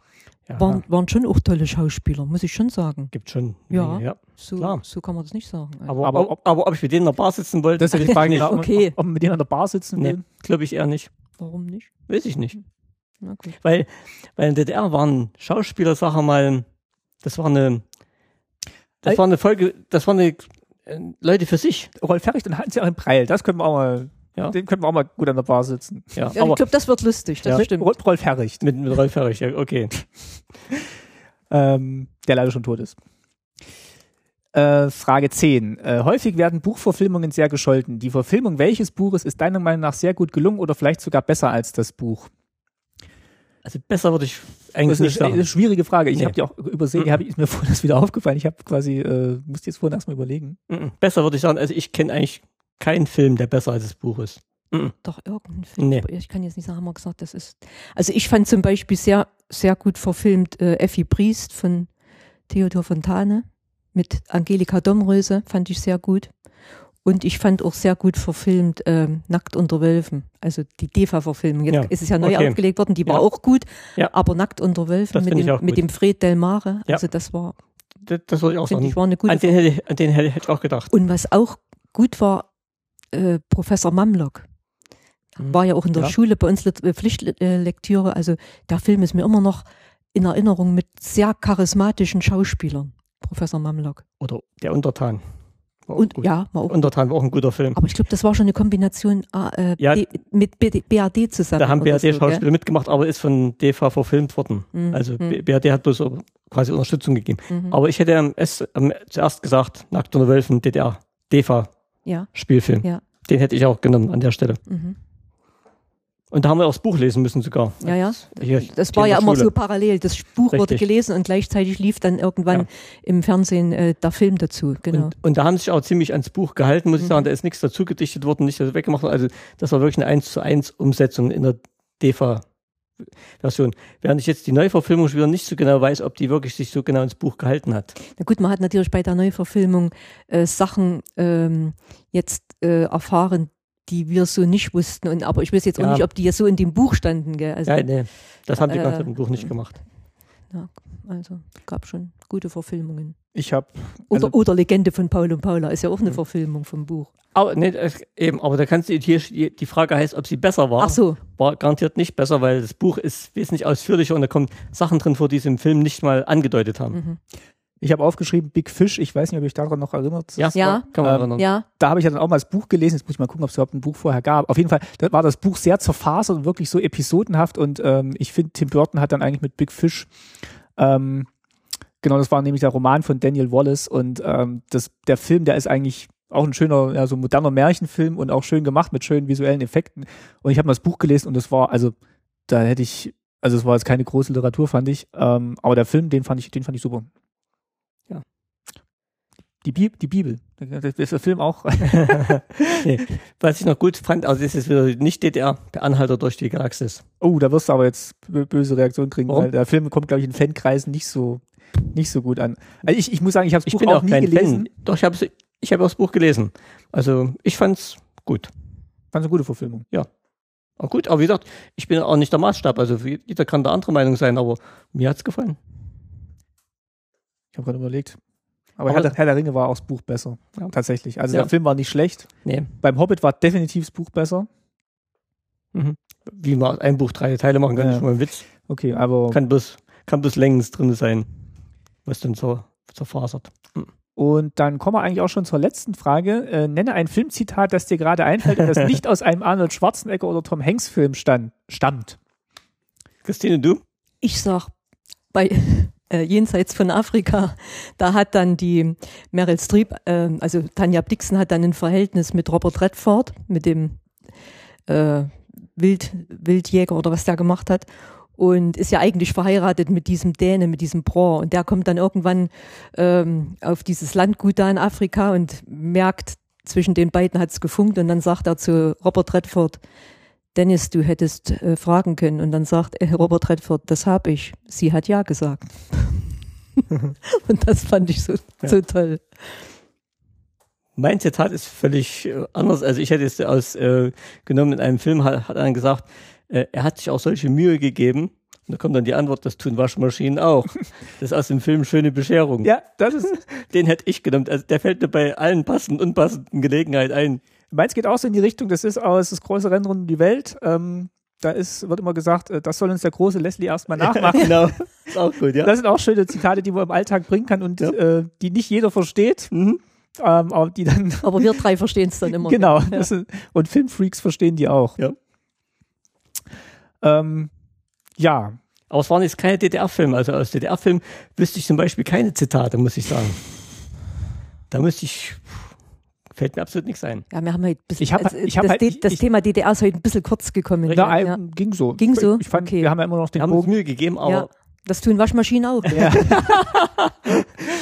[SPEAKER 5] Ja,
[SPEAKER 2] waren, waren schon auch tolle Schauspieler, muss ich schon sagen.
[SPEAKER 5] gibt schon.
[SPEAKER 2] Ja.
[SPEAKER 5] ja.
[SPEAKER 2] So,
[SPEAKER 5] Klar.
[SPEAKER 2] so kann man das nicht sagen.
[SPEAKER 1] Aber
[SPEAKER 5] Aber, aber, ob, aber ob ich mit denen in der Bar sitzen wollte,
[SPEAKER 1] Das ist ja die Frage, ob, man-
[SPEAKER 2] Okay.
[SPEAKER 1] ob man mit denen an der Bar sitzen
[SPEAKER 5] [laughs] nee,
[SPEAKER 1] will.
[SPEAKER 5] glaube ich eher nicht.
[SPEAKER 2] Warum nicht?
[SPEAKER 5] Weiß ich nicht.
[SPEAKER 2] Na gut.
[SPEAKER 5] Weil, weil in der DDR waren Schauspieler, sag mal, das war eine, das
[SPEAKER 1] Ei.
[SPEAKER 5] war eine Folge, das waren eine, äh, Leute für sich.
[SPEAKER 1] Rolf Ferrich und Hans-Joachim Preil, das können wir auch mal,
[SPEAKER 5] Ja.
[SPEAKER 1] den können wir auch mal gut an der Bar sitzen.
[SPEAKER 5] Ja,
[SPEAKER 2] Ja, ich
[SPEAKER 5] aber
[SPEAKER 2] glaube, das wird lustig, das
[SPEAKER 5] Ja.
[SPEAKER 2] stimmt.
[SPEAKER 1] Rolf Rolf Herrich,
[SPEAKER 5] mit, mit Rolf Herrich, ja, okay.
[SPEAKER 1] ähm, der leider schon tot ist. Äh, Frage 10. Äh, häufig werden Buchverfilmungen sehr gescholten. Die Verfilmung welches Buches ist deiner Meinung nach sehr gut gelungen oder vielleicht sogar besser als das Buch?
[SPEAKER 5] Also besser würde ich eigentlich
[SPEAKER 1] Das
[SPEAKER 5] nicht
[SPEAKER 1] ist eine,
[SPEAKER 5] sagen.
[SPEAKER 1] eine schwierige Frage. Ich
[SPEAKER 5] Nee. Mhm.
[SPEAKER 1] habe die auch übersehen, die hab ich, ist mir [laughs] vorhin erst wieder aufgefallen. Ich habe quasi, äh, musste jetzt vorhin erstmal überlegen.
[SPEAKER 5] Mhm. Besser würde ich sagen, also ich kenne eigentlich keinen Film, der besser als das Buch ist.
[SPEAKER 2] Doch, irgendein Film.
[SPEAKER 5] Nee.
[SPEAKER 2] Aber Ich kann jetzt nicht sagen, haben wir gesagt, das ist. Also ich fand zum Beispiel sehr, sehr gut verfilmt äh, Effi Briest von Theodor Fontane mit Angelika Domröse, fand ich sehr gut. Und ich fand auch sehr gut verfilmt ähm, Nackt unter Wölfen, also die DEFA-Verfilmung. Jetzt
[SPEAKER 5] Ja,
[SPEAKER 2] ist es ja neu
[SPEAKER 5] okay.
[SPEAKER 2] aufgelegt worden, die war
[SPEAKER 5] Ja.
[SPEAKER 2] auch gut,
[SPEAKER 5] Ja.
[SPEAKER 2] aber Nackt unter Wölfen
[SPEAKER 5] Das
[SPEAKER 2] mit
[SPEAKER 5] find ich
[SPEAKER 2] dem,
[SPEAKER 5] auch
[SPEAKER 2] mit
[SPEAKER 5] gut.
[SPEAKER 2] dem Fred Del Mare,
[SPEAKER 5] Ja.
[SPEAKER 2] also das war,
[SPEAKER 5] Das, das würde ich auch
[SPEAKER 2] finde
[SPEAKER 5] sagen.
[SPEAKER 2] ich, war eine gute
[SPEAKER 5] An den, hätte, ich- an den hätte, hätte ich auch gedacht.
[SPEAKER 2] und was auch gut war, äh, Professor Mamlock war ja auch in der
[SPEAKER 5] Mhm. Ja.
[SPEAKER 2] Schule bei uns Lit- äh, Pflichtlektüre. Also der Film ist mir immer noch in Erinnerung mit sehr charismatischen Schauspielern. Professor Mamlock.
[SPEAKER 5] Oder Der Untertan. War auch
[SPEAKER 2] Und
[SPEAKER 5] gut.
[SPEAKER 2] ja, war auch.
[SPEAKER 5] Untertan war auch ein guter Film.
[SPEAKER 2] aber ich glaube, das war schon eine Kombination äh, äh,
[SPEAKER 5] Ja.
[SPEAKER 2] B, mit B, BAD zusammen.
[SPEAKER 5] Da haben
[SPEAKER 2] oder so,
[SPEAKER 5] BRD-Schauspieler
[SPEAKER 2] gell?
[SPEAKER 5] mitgemacht, aber ist von DEFA verfilmt worden.
[SPEAKER 2] Mhm.
[SPEAKER 5] Also
[SPEAKER 2] Mhm.
[SPEAKER 5] BRD hat bloß so quasi Unterstützung gegeben.
[SPEAKER 2] Mhm.
[SPEAKER 5] Aber ich hätte am, S- am, zuerst gesagt, Nackt unter Wölfen,
[SPEAKER 2] Ja.
[SPEAKER 5] DDR, DEFA-Spielfilm.
[SPEAKER 2] Ja.
[SPEAKER 5] Den hätte ich auch genommen an der Stelle.
[SPEAKER 2] Mhm.
[SPEAKER 5] Und da haben wir auch das Buch lesen müssen sogar.
[SPEAKER 2] Ja, ja.
[SPEAKER 5] Hier,
[SPEAKER 2] Das war ja
[SPEAKER 5] Thema
[SPEAKER 2] immer
[SPEAKER 5] Schule.
[SPEAKER 2] so parallel. Das Buch wurde
[SPEAKER 5] Richtig.
[SPEAKER 2] gelesen und gleichzeitig lief dann irgendwann
[SPEAKER 5] Ja.
[SPEAKER 2] im Fernsehen äh, der Film dazu. Genau. Mhm.
[SPEAKER 5] Und, und da haben sie sich auch ziemlich ans Buch gehalten, muss ich sagen. Da ist nichts dazu gedichtet worden, nichts weggemacht worden. Also das war wirklich eine 1 zu 1 Umsetzung in der DEFA-Version. Während ich jetzt die Neuverfilmung schon wieder nicht so genau weiß, ob die wirklich sich so genau ins Buch gehalten hat.
[SPEAKER 2] Na gut, man hat natürlich bei der Neuverfilmung äh, Sachen ähm, jetzt äh, erfahren, die wir so nicht wussten. Und, aber ich weiß jetzt auch
[SPEAKER 5] Ja.
[SPEAKER 2] nicht, ob die jetzt so in dem Buch standen. Gell? Also,
[SPEAKER 5] ja, nee, das haben die
[SPEAKER 2] äh,
[SPEAKER 5] ganz im Buch nicht gemacht.
[SPEAKER 2] also gab schon gute Verfilmungen.
[SPEAKER 1] Ich habe
[SPEAKER 2] Oder,
[SPEAKER 1] Also-
[SPEAKER 2] oder Legende von Paul und Paula ist ja
[SPEAKER 5] Hm.
[SPEAKER 2] auch eine Verfilmung vom Buch.
[SPEAKER 5] Aber, nee, das, eben, aber da kannst du hier, die Frage heißt, ob sie besser war.
[SPEAKER 2] Ach so,
[SPEAKER 5] War garantiert nicht besser, weil das Buch ist wesentlich ausführlicher und da kommen Sachen drin vor, die sie im Film nicht mal angedeutet
[SPEAKER 2] Mhm.
[SPEAKER 5] haben.
[SPEAKER 1] ich hab aufgeschrieben Big Fish. Ich weiß nicht, ob ich daran noch erinnert.
[SPEAKER 2] Ja.
[SPEAKER 5] kann man
[SPEAKER 1] Ähm,
[SPEAKER 5] erinnern.
[SPEAKER 2] ja.
[SPEAKER 1] Da habe ich ja dann auch mal das Buch gelesen. Jetzt muss ich mal gucken, ob es überhaupt ein Buch vorher gab. Auf jeden Fall da war das Buch sehr zerfasert und wirklich so episodenhaft. Und ähm, ich finde, Tim Burton hat dann eigentlich mit Big Fish ähm, Genau, das war nämlich der Roman von Daniel Wallace und ähm, das, der Film, der ist eigentlich auch ein schöner, ja, so moderner Märchenfilm und auch schön gemacht mit schönen visuellen Effekten. Und ich habe mal das Buch gelesen und das war, also da hätte ich, also es war jetzt keine große Literatur, fand ich, ähm, aber der Film, den fand ich, den fand ich super.
[SPEAKER 5] Ja.
[SPEAKER 1] Die, Bi die Bibel. Das ist der Film auch.
[SPEAKER 5] nee. Was ich noch gut fand, also das ist wieder nicht DDR, der Anhalter durch die Galaxis.
[SPEAKER 1] Oh, da wirst du aber jetzt bö- böse Reaktionen kriegen,
[SPEAKER 5] Warum?
[SPEAKER 1] weil der Film kommt, glaube ich, in Fankreisen nicht so, nicht so gut an. Also ich, ich muss sagen, ich habe das
[SPEAKER 5] Ich
[SPEAKER 1] Buch
[SPEAKER 5] bin
[SPEAKER 1] auch
[SPEAKER 5] auch
[SPEAKER 1] nie
[SPEAKER 5] kein
[SPEAKER 1] gelesen.
[SPEAKER 5] Fan. Doch, ich habe ich hab auch das Buch gelesen. Also ich fand's gut.
[SPEAKER 1] Fand es eine gute Verfilmung.
[SPEAKER 5] Auch gut, aber wie gesagt, ich bin auch nicht der Maßstab. Also jeder kann da andere Meinung sein, aber mir hat's gefallen.
[SPEAKER 1] Ich habe gerade überlegt. Aber,
[SPEAKER 5] Aber-
[SPEAKER 1] Herr, der- Herr der Ringe war auch das Buch besser.
[SPEAKER 5] Ja.
[SPEAKER 1] Tatsächlich. Also
[SPEAKER 5] Ja.
[SPEAKER 1] der Film war nicht schlecht.
[SPEAKER 5] Nee.
[SPEAKER 1] Beim Hobbit war definitiv das Buch besser.
[SPEAKER 5] Wie man aus einem Buch drei Teile machen kann,
[SPEAKER 1] Ja. Oh.
[SPEAKER 5] ist schon mal ein Witz.
[SPEAKER 1] Okay, aber.
[SPEAKER 5] Kann bloß, kann bloß längst drin sein, was dann so zerfasert.
[SPEAKER 1] Und dann kommen wir eigentlich auch schon zur letzten Frage. Äh, nenne ein Filmzitat, das dir gerade einfällt
[SPEAKER 5] [laughs]
[SPEAKER 1] und das nicht aus einem Arnold Schwarzenegger oder Tom Hanks Film stand, stammt.
[SPEAKER 5] Christine, du?
[SPEAKER 2] Ich sag, bei [laughs] äh, Jenseits von Afrika, da hat dann die Meryl Streep, ähm, also Tanja Dixon hat dann ein Verhältnis mit Robert Redford, mit dem äh, Wild, Wildjäger oder was der gemacht hat. Und ist ja eigentlich verheiratet mit diesem Däne, mit diesem Bror. Und der kommt dann irgendwann ähm, auf dieses Landgut da in Afrika und merkt, zwischen den beiden hat's gefunkt. Und dann sagt er zu Robert Redford, Dennis, du hättest äh, fragen können. Und dann sagt äh, Robert Redford, das habe ich. Sie hat ja [laughs] gesagt. und das fand ich so, so toll.
[SPEAKER 5] Mein Zitat ist völlig äh, anders. Also ich hätte es aus äh, genommen in einem Film, hat, hat einer gesagt, äh, er hat sich auch solche Mühe gegeben. Und da kommt dann die Antwort, das tun Waschmaschinen auch. Das ist aus dem Film Schöne Bescherung.
[SPEAKER 1] Ja, das ist.
[SPEAKER 5] Den hätte ich genommen. Also der fällt mir bei allen passenden, unpassenden Gelegenheiten ein.
[SPEAKER 1] Meins geht auch so in die Richtung, das ist aus das große Rennen rund um die Welt. Ähm, da ist, wird immer gesagt, äh, das soll uns der große Leslie erstmal nachmachen.
[SPEAKER 5] Genau.
[SPEAKER 1] [laughs]
[SPEAKER 5] Ist auch gut, [laughs] ja.
[SPEAKER 1] Das sind auch schöne Zitate, die man im Alltag bringen kann und
[SPEAKER 5] Ja.
[SPEAKER 1] äh, die nicht jeder versteht,
[SPEAKER 5] Mhm.
[SPEAKER 1] ähm, aber die dann
[SPEAKER 2] Aber wir drei verstehen es dann immer.
[SPEAKER 1] Genau. Das sind, und Filmfreaks verstehen die auch.
[SPEAKER 5] Ja.
[SPEAKER 1] Ähm, ja.
[SPEAKER 5] Aber es waren jetzt keine DDR-Filme. Also aus DDR-Filmen wüsste ich zum Beispiel keine Zitate, muss ich sagen. Da müsste ich, Fällt mir absolut nichts ein.
[SPEAKER 2] Ja, wir haben halt ein bisschen,
[SPEAKER 1] Ich hab-
[SPEAKER 2] also,
[SPEAKER 1] ich hab
[SPEAKER 2] das,
[SPEAKER 1] halt-
[SPEAKER 2] De-
[SPEAKER 1] ich-
[SPEAKER 2] das
[SPEAKER 1] ich-
[SPEAKER 2] Thema DDR ist heute ein bisschen kurz gekommen. ne?
[SPEAKER 1] Na,
[SPEAKER 2] ja.
[SPEAKER 1] ähm, ging so.
[SPEAKER 2] Ging so?
[SPEAKER 1] Ich fand,
[SPEAKER 2] Okay.
[SPEAKER 1] wir haben ja immer noch
[SPEAKER 5] Wir
[SPEAKER 1] den
[SPEAKER 5] haben uns
[SPEAKER 1] Bogen.
[SPEAKER 5] Mühe gegeben, aber,
[SPEAKER 2] ja, das tun Waschmaschinen auch.
[SPEAKER 1] Ja.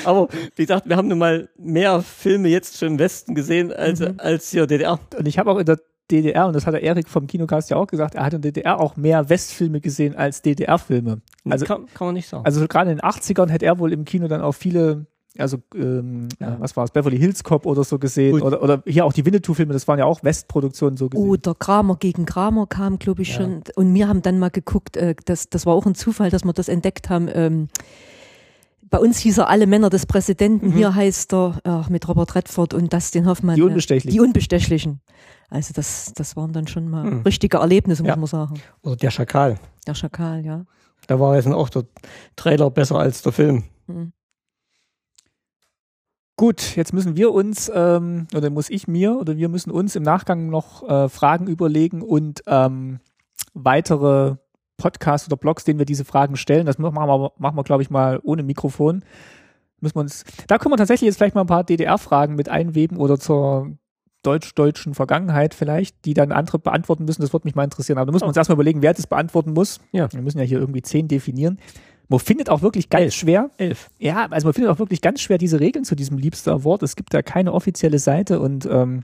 [SPEAKER 5] aber wie gesagt, wir haben nun mal mehr Filme jetzt schon im Westen gesehen als, als hier DDR.
[SPEAKER 1] Und ich habe auch in der DDR, und das hat der Erik vom Kinocast ja auch gesagt, er hat in der DDR auch mehr Westfilme gesehen als DDR-Filme. Also,
[SPEAKER 5] kann, kann man nicht sagen.
[SPEAKER 1] also gerade in den 80ern hätte er wohl im Kino dann auch viele, also ähm,
[SPEAKER 5] Ja.
[SPEAKER 1] was war es, Beverly Hills Cop oder so gesehen.
[SPEAKER 5] Gut.
[SPEAKER 1] Oder, oder hier auch die Winnetou-Filme, das waren ja auch Westproduktionen so gesehen.
[SPEAKER 2] Oder Oh, Kramer gegen Kramer kam, glaube ich, schon. Und wir haben dann mal geguckt, äh, das, das war auch ein Zufall, dass wir das entdeckt haben. Ähm, bei uns hieß er Alle Männer des Präsidenten, hier heißt er ach, mit Robert Redford und Dustin Hoffmann.
[SPEAKER 1] Die
[SPEAKER 2] äh,
[SPEAKER 1] Unbestechlichen.
[SPEAKER 2] Mhm. Die Unbestechlichen. Also das, das waren dann schon mal
[SPEAKER 5] Mhm.
[SPEAKER 2] richtige Erlebnisse, muss
[SPEAKER 5] Ja.
[SPEAKER 2] man sagen.
[SPEAKER 5] Oder also der Schakal.
[SPEAKER 2] Der Schakal, ja.
[SPEAKER 5] Da war jetzt auch der Trailer besser als der Film.
[SPEAKER 1] Gut, jetzt müssen wir uns, ähm, oder muss ich mir, oder wir müssen uns im Nachgang noch äh, Fragen überlegen und ähm, weitere Podcasts oder Blogs, denen wir diese Fragen stellen. Das machen wir, aber- machen wir glaube ich, mal ohne Mikrofon. Müssen wir uns, da können wir tatsächlich jetzt vielleicht mal ein paar DDR-Fragen mit einweben oder zur deutsch-deutschen Vergangenheit vielleicht, die dann andere beantworten müssen. Das würde mich mal interessieren. Aber da müssen wir uns erstmal überlegen, wer das beantworten muss.
[SPEAKER 5] Ja.
[SPEAKER 1] Wir müssen ja hier irgendwie zehn definieren. Man findet auch wirklich ganz schwer,
[SPEAKER 5] Elf.
[SPEAKER 1] ja, also man findet auch wirklich ganz schwer diese Regeln zu diesem Liebster Award. Es gibt da keine offizielle Seite und ähm,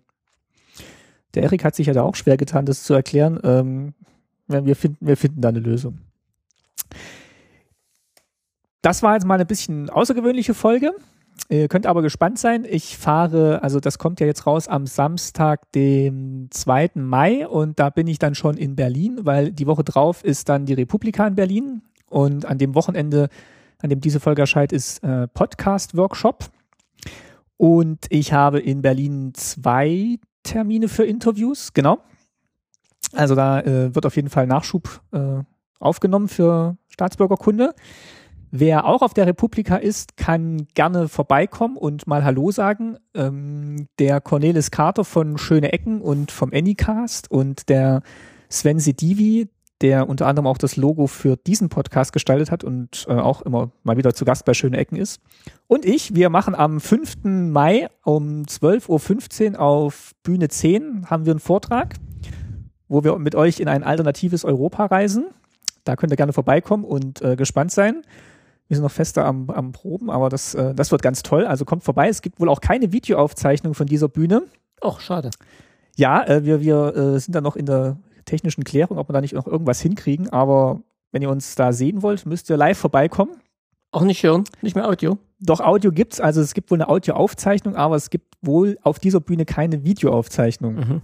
[SPEAKER 1] der Erik hat sich ja da auch schwer getan, das zu erklären. Ähm, ja, wir, finden, wir finden da eine Lösung. Das war jetzt mal eine bisschen außergewöhnliche Folge. Ihr könnt aber gespannt sein. Ich fahre, also das kommt ja jetzt raus am Samstag, dem 2. Mai und da bin ich dann schon in Berlin, weil die Woche drauf ist dann die Republika in Berlin und an dem Wochenende an dem diese Folge erscheint, ist äh, Podcast-Workshop. Und ich habe in Berlin zwei Termine für Interviews, genau. Also da äh, wird auf jeden Fall Nachschub äh, aufgenommen für Staatsbürgerkunde. Wer auch auf der Republika ist, kann gerne vorbeikommen und mal Hallo sagen. Ähm, der Cornelis Carter von Schöne Ecken und vom Anycast und der Sven Sedivi, der unter anderem auch das Logo für diesen Podcast gestaltet hat und äh, auch immer mal wieder zu Gast bei Schöne Ecken ist. Und ich, wir machen am 5. Mai um 12.15 Uhr auf Bühne 10 haben wir einen Vortrag, wo wir mit euch in ein alternatives Europa reisen. Da könnt ihr gerne vorbeikommen und äh, gespannt sein. Wir sind noch fester am, am Proben, aber das, äh, das wird ganz toll. Also kommt vorbei. Es gibt wohl auch keine Videoaufzeichnung von dieser Bühne.
[SPEAKER 5] Och, schade.
[SPEAKER 1] Ja, äh, wir, wir äh, sind da noch in der technischen Klärung, ob wir da nicht noch irgendwas hinkriegen. Aber wenn ihr uns da sehen wollt, müsst ihr live vorbeikommen.
[SPEAKER 5] Auch nicht hören, nicht mehr Audio.
[SPEAKER 1] Doch Audio gibt's, also es gibt wohl eine Audioaufzeichnung, aber es gibt wohl auf dieser Bühne keine Videoaufzeichnung.
[SPEAKER 5] Mhm.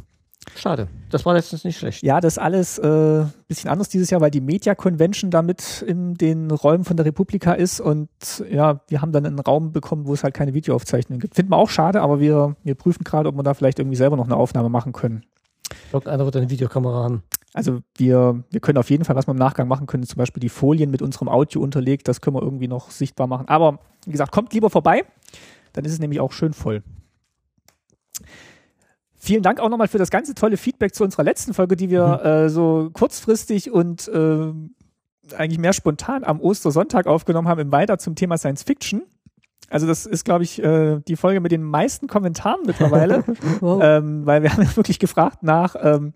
[SPEAKER 5] Schade. Das war letztens nicht schlecht.
[SPEAKER 1] Ja, das ist alles äh, bisschen anders dieses Jahr, weil die Media Convention damit in den Räumen von der Republika ist und ja, wir haben dann einen Raum bekommen, wo es halt keine Videoaufzeichnung gibt. Finden wir auch schade, aber wir, wir prüfen gerade, ob wir da vielleicht irgendwie selber noch eine Aufnahme machen können.
[SPEAKER 5] Irgendeiner wird eine Videokamera haben.
[SPEAKER 1] Also wir, wir können auf jeden Fall, was wir im Nachgang machen können, zum Beispiel die Folien mit unserem Audio unterlegt, das können wir irgendwie noch sichtbar machen. Aber wie gesagt, kommt lieber vorbei, dann ist es nämlich auch schön voll. Vielen Dank auch nochmal für das ganze tolle Feedback zu unserer letzten Folge, die wir äh, so kurzfristig und äh, eigentlich mehr spontan am Ostersonntag aufgenommen haben, im Weiter zum Thema Science Fiction. Also das ist, glaube ich, äh, die Folge mit den meisten Kommentaren mittlerweile.
[SPEAKER 5] Oh.
[SPEAKER 2] Wow.
[SPEAKER 1] ähm, weil wir [laughs] haben ja wirklich gefragt nach ähm,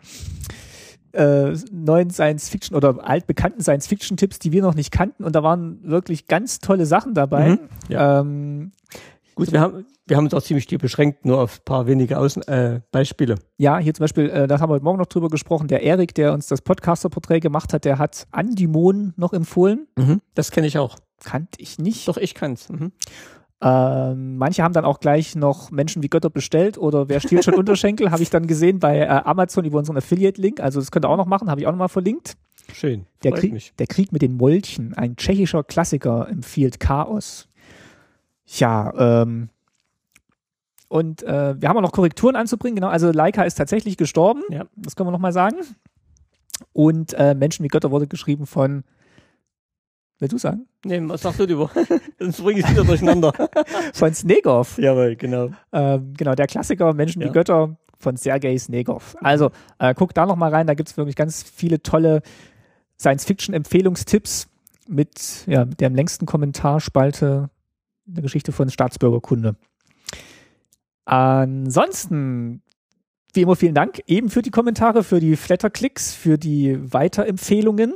[SPEAKER 1] äh, neuen Science-Fiction oder altbekannten Science-Fiction-Tipps, die wir noch nicht kannten. Und da waren wirklich ganz tolle Sachen dabei.
[SPEAKER 5] Mhm,
[SPEAKER 1] Ähm,
[SPEAKER 5] Gut, wir haben, wir haben uns auch ziemlich viel beschränkt, nur auf ein paar wenige Außen, äh, Beispiele.
[SPEAKER 1] ja, hier zum Beispiel, äh, da haben wir heute Morgen noch drüber gesprochen, der Erik, der uns das Podcaster-Porträt gemacht hat, der hat Andimon noch empfohlen.
[SPEAKER 5] Das kenne ich auch.
[SPEAKER 1] Kannte ich nicht.
[SPEAKER 5] Doch, ich kann's. Mhm.
[SPEAKER 1] Ähm, manche haben dann auch gleich noch Menschen wie Götter bestellt oder wer stiehlt schon Unterschenkel, [laughs] habe ich dann gesehen bei äh, Amazon über unseren Affiliate-Link. Also das könnt ihr auch noch machen, habe ich auch noch mal verlinkt.
[SPEAKER 5] Schön.
[SPEAKER 1] Der
[SPEAKER 5] Freut mich.
[SPEAKER 1] Krieg, der Krieg mit den Molchen, ein tschechischer Klassiker, empfiehlt Chaos. Ja, ähm. Und äh, wir haben auch noch Korrekturen anzubringen, genau. Also Leica ist tatsächlich gestorben,
[SPEAKER 5] Ja.
[SPEAKER 1] das können wir nochmal sagen. Und äh, Menschen wie Götter wurde geschrieben von, willst du sagen?
[SPEAKER 5] Nee, was sagst du [laughs] drüber? Sonst bringe ich wieder durcheinander.
[SPEAKER 1] Von Snegov.
[SPEAKER 5] [laughs] Jawohl, genau.
[SPEAKER 1] Ähm, genau, der Klassiker Menschen wie
[SPEAKER 5] Ja.
[SPEAKER 1] Götter von Sergei Snegov. Also, äh, guckt da nochmal rein, da gibt's wirklich ganz viele tolle Science-Fiction-Empfehlungstipps mit, ja, mit der am längsten Kommentarspalte in der Geschichte von Staatsbürgerkunde. Ansonsten, wie immer, vielen Dank eben für die Kommentare, für die Flatterklicks, für die Weiterempfehlungen.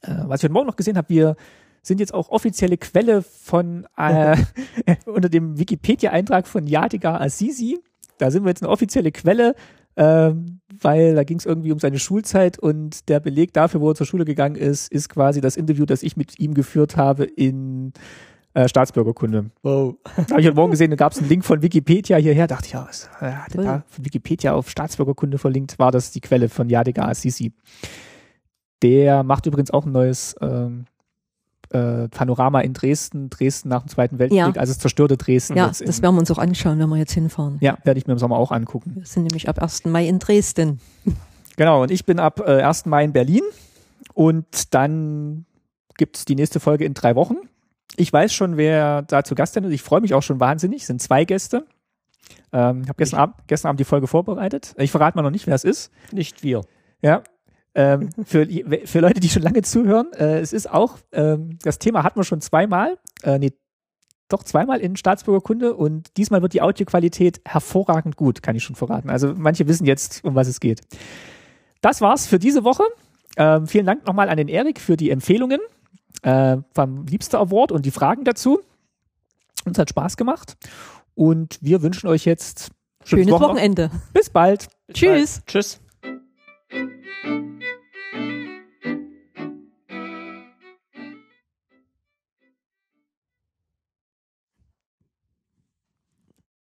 [SPEAKER 1] Äh, was ich heute Morgen noch gesehen habe, wir sind jetzt auch offizielle Quelle von äh, [laughs] unter dem Wikipedia-Eintrag von Yadigar Assisi. Da sind wir jetzt eine offizielle Quelle, ähm, weil da ging es irgendwie um seine Schulzeit und der Beleg dafür, wo er zur Schule gegangen ist, ist quasi das Interview, das ich mit ihm geführt habe in äh, Staatsbürgerkunde.
[SPEAKER 5] Wow.
[SPEAKER 1] Da habe ich heute Morgen gesehen, da gab es einen Link von Wikipedia hierher. Dachte ich, ja, was äh, hat er
[SPEAKER 2] Toll.
[SPEAKER 1] da von Wikipedia auf Staatsbürgerkunde verlinkt? War das die Quelle von Yadigar Assisi? Der macht übrigens auch ein neues ähm, äh, Panorama in Dresden, Dresden nach dem Zweiten Weltkrieg,
[SPEAKER 2] Ja.
[SPEAKER 1] also das zerstörte Dresden.
[SPEAKER 2] Ja,
[SPEAKER 1] jetzt in,
[SPEAKER 2] das werden wir uns auch anschauen, wenn wir jetzt hinfahren.
[SPEAKER 1] ja, werde ich mir im Sommer auch angucken.
[SPEAKER 2] Wir sind nämlich ab 1. Mai in Dresden.
[SPEAKER 1] Genau, und ich bin ab äh, 1. Mai in Berlin und dann gibt's die nächste Folge in drei Wochen. Ich weiß schon, wer da zu Gast sein wird. Ich freue mich auch schon wahnsinnig. Es sind zwei Gäste. Ähm, ich habe gestern, Abend- gestern Abend die Folge vorbereitet. Ich verrate mal noch nicht, wer es ist.
[SPEAKER 5] Nicht wir.
[SPEAKER 1] Ja.
[SPEAKER 2] [laughs]
[SPEAKER 1] Ähm, für, für Leute, die schon lange zuhören, äh, es ist auch, ähm, das Thema hatten wir schon zweimal, äh, nee, doch zweimal in Staatsbürgerkunde und diesmal wird die Audioqualität hervorragend gut, kann ich schon verraten. Also manche wissen jetzt, um was es geht. Das war's für diese Woche. Ähm, vielen Dank nochmal an den Erik für die Empfehlungen äh, vom Liebster Award und die Fragen dazu. Uns hat Spaß gemacht und wir wünschen euch jetzt
[SPEAKER 2] Schönes Wochenende.
[SPEAKER 1] Bis bald.
[SPEAKER 2] Tschüss.
[SPEAKER 5] Tschüss.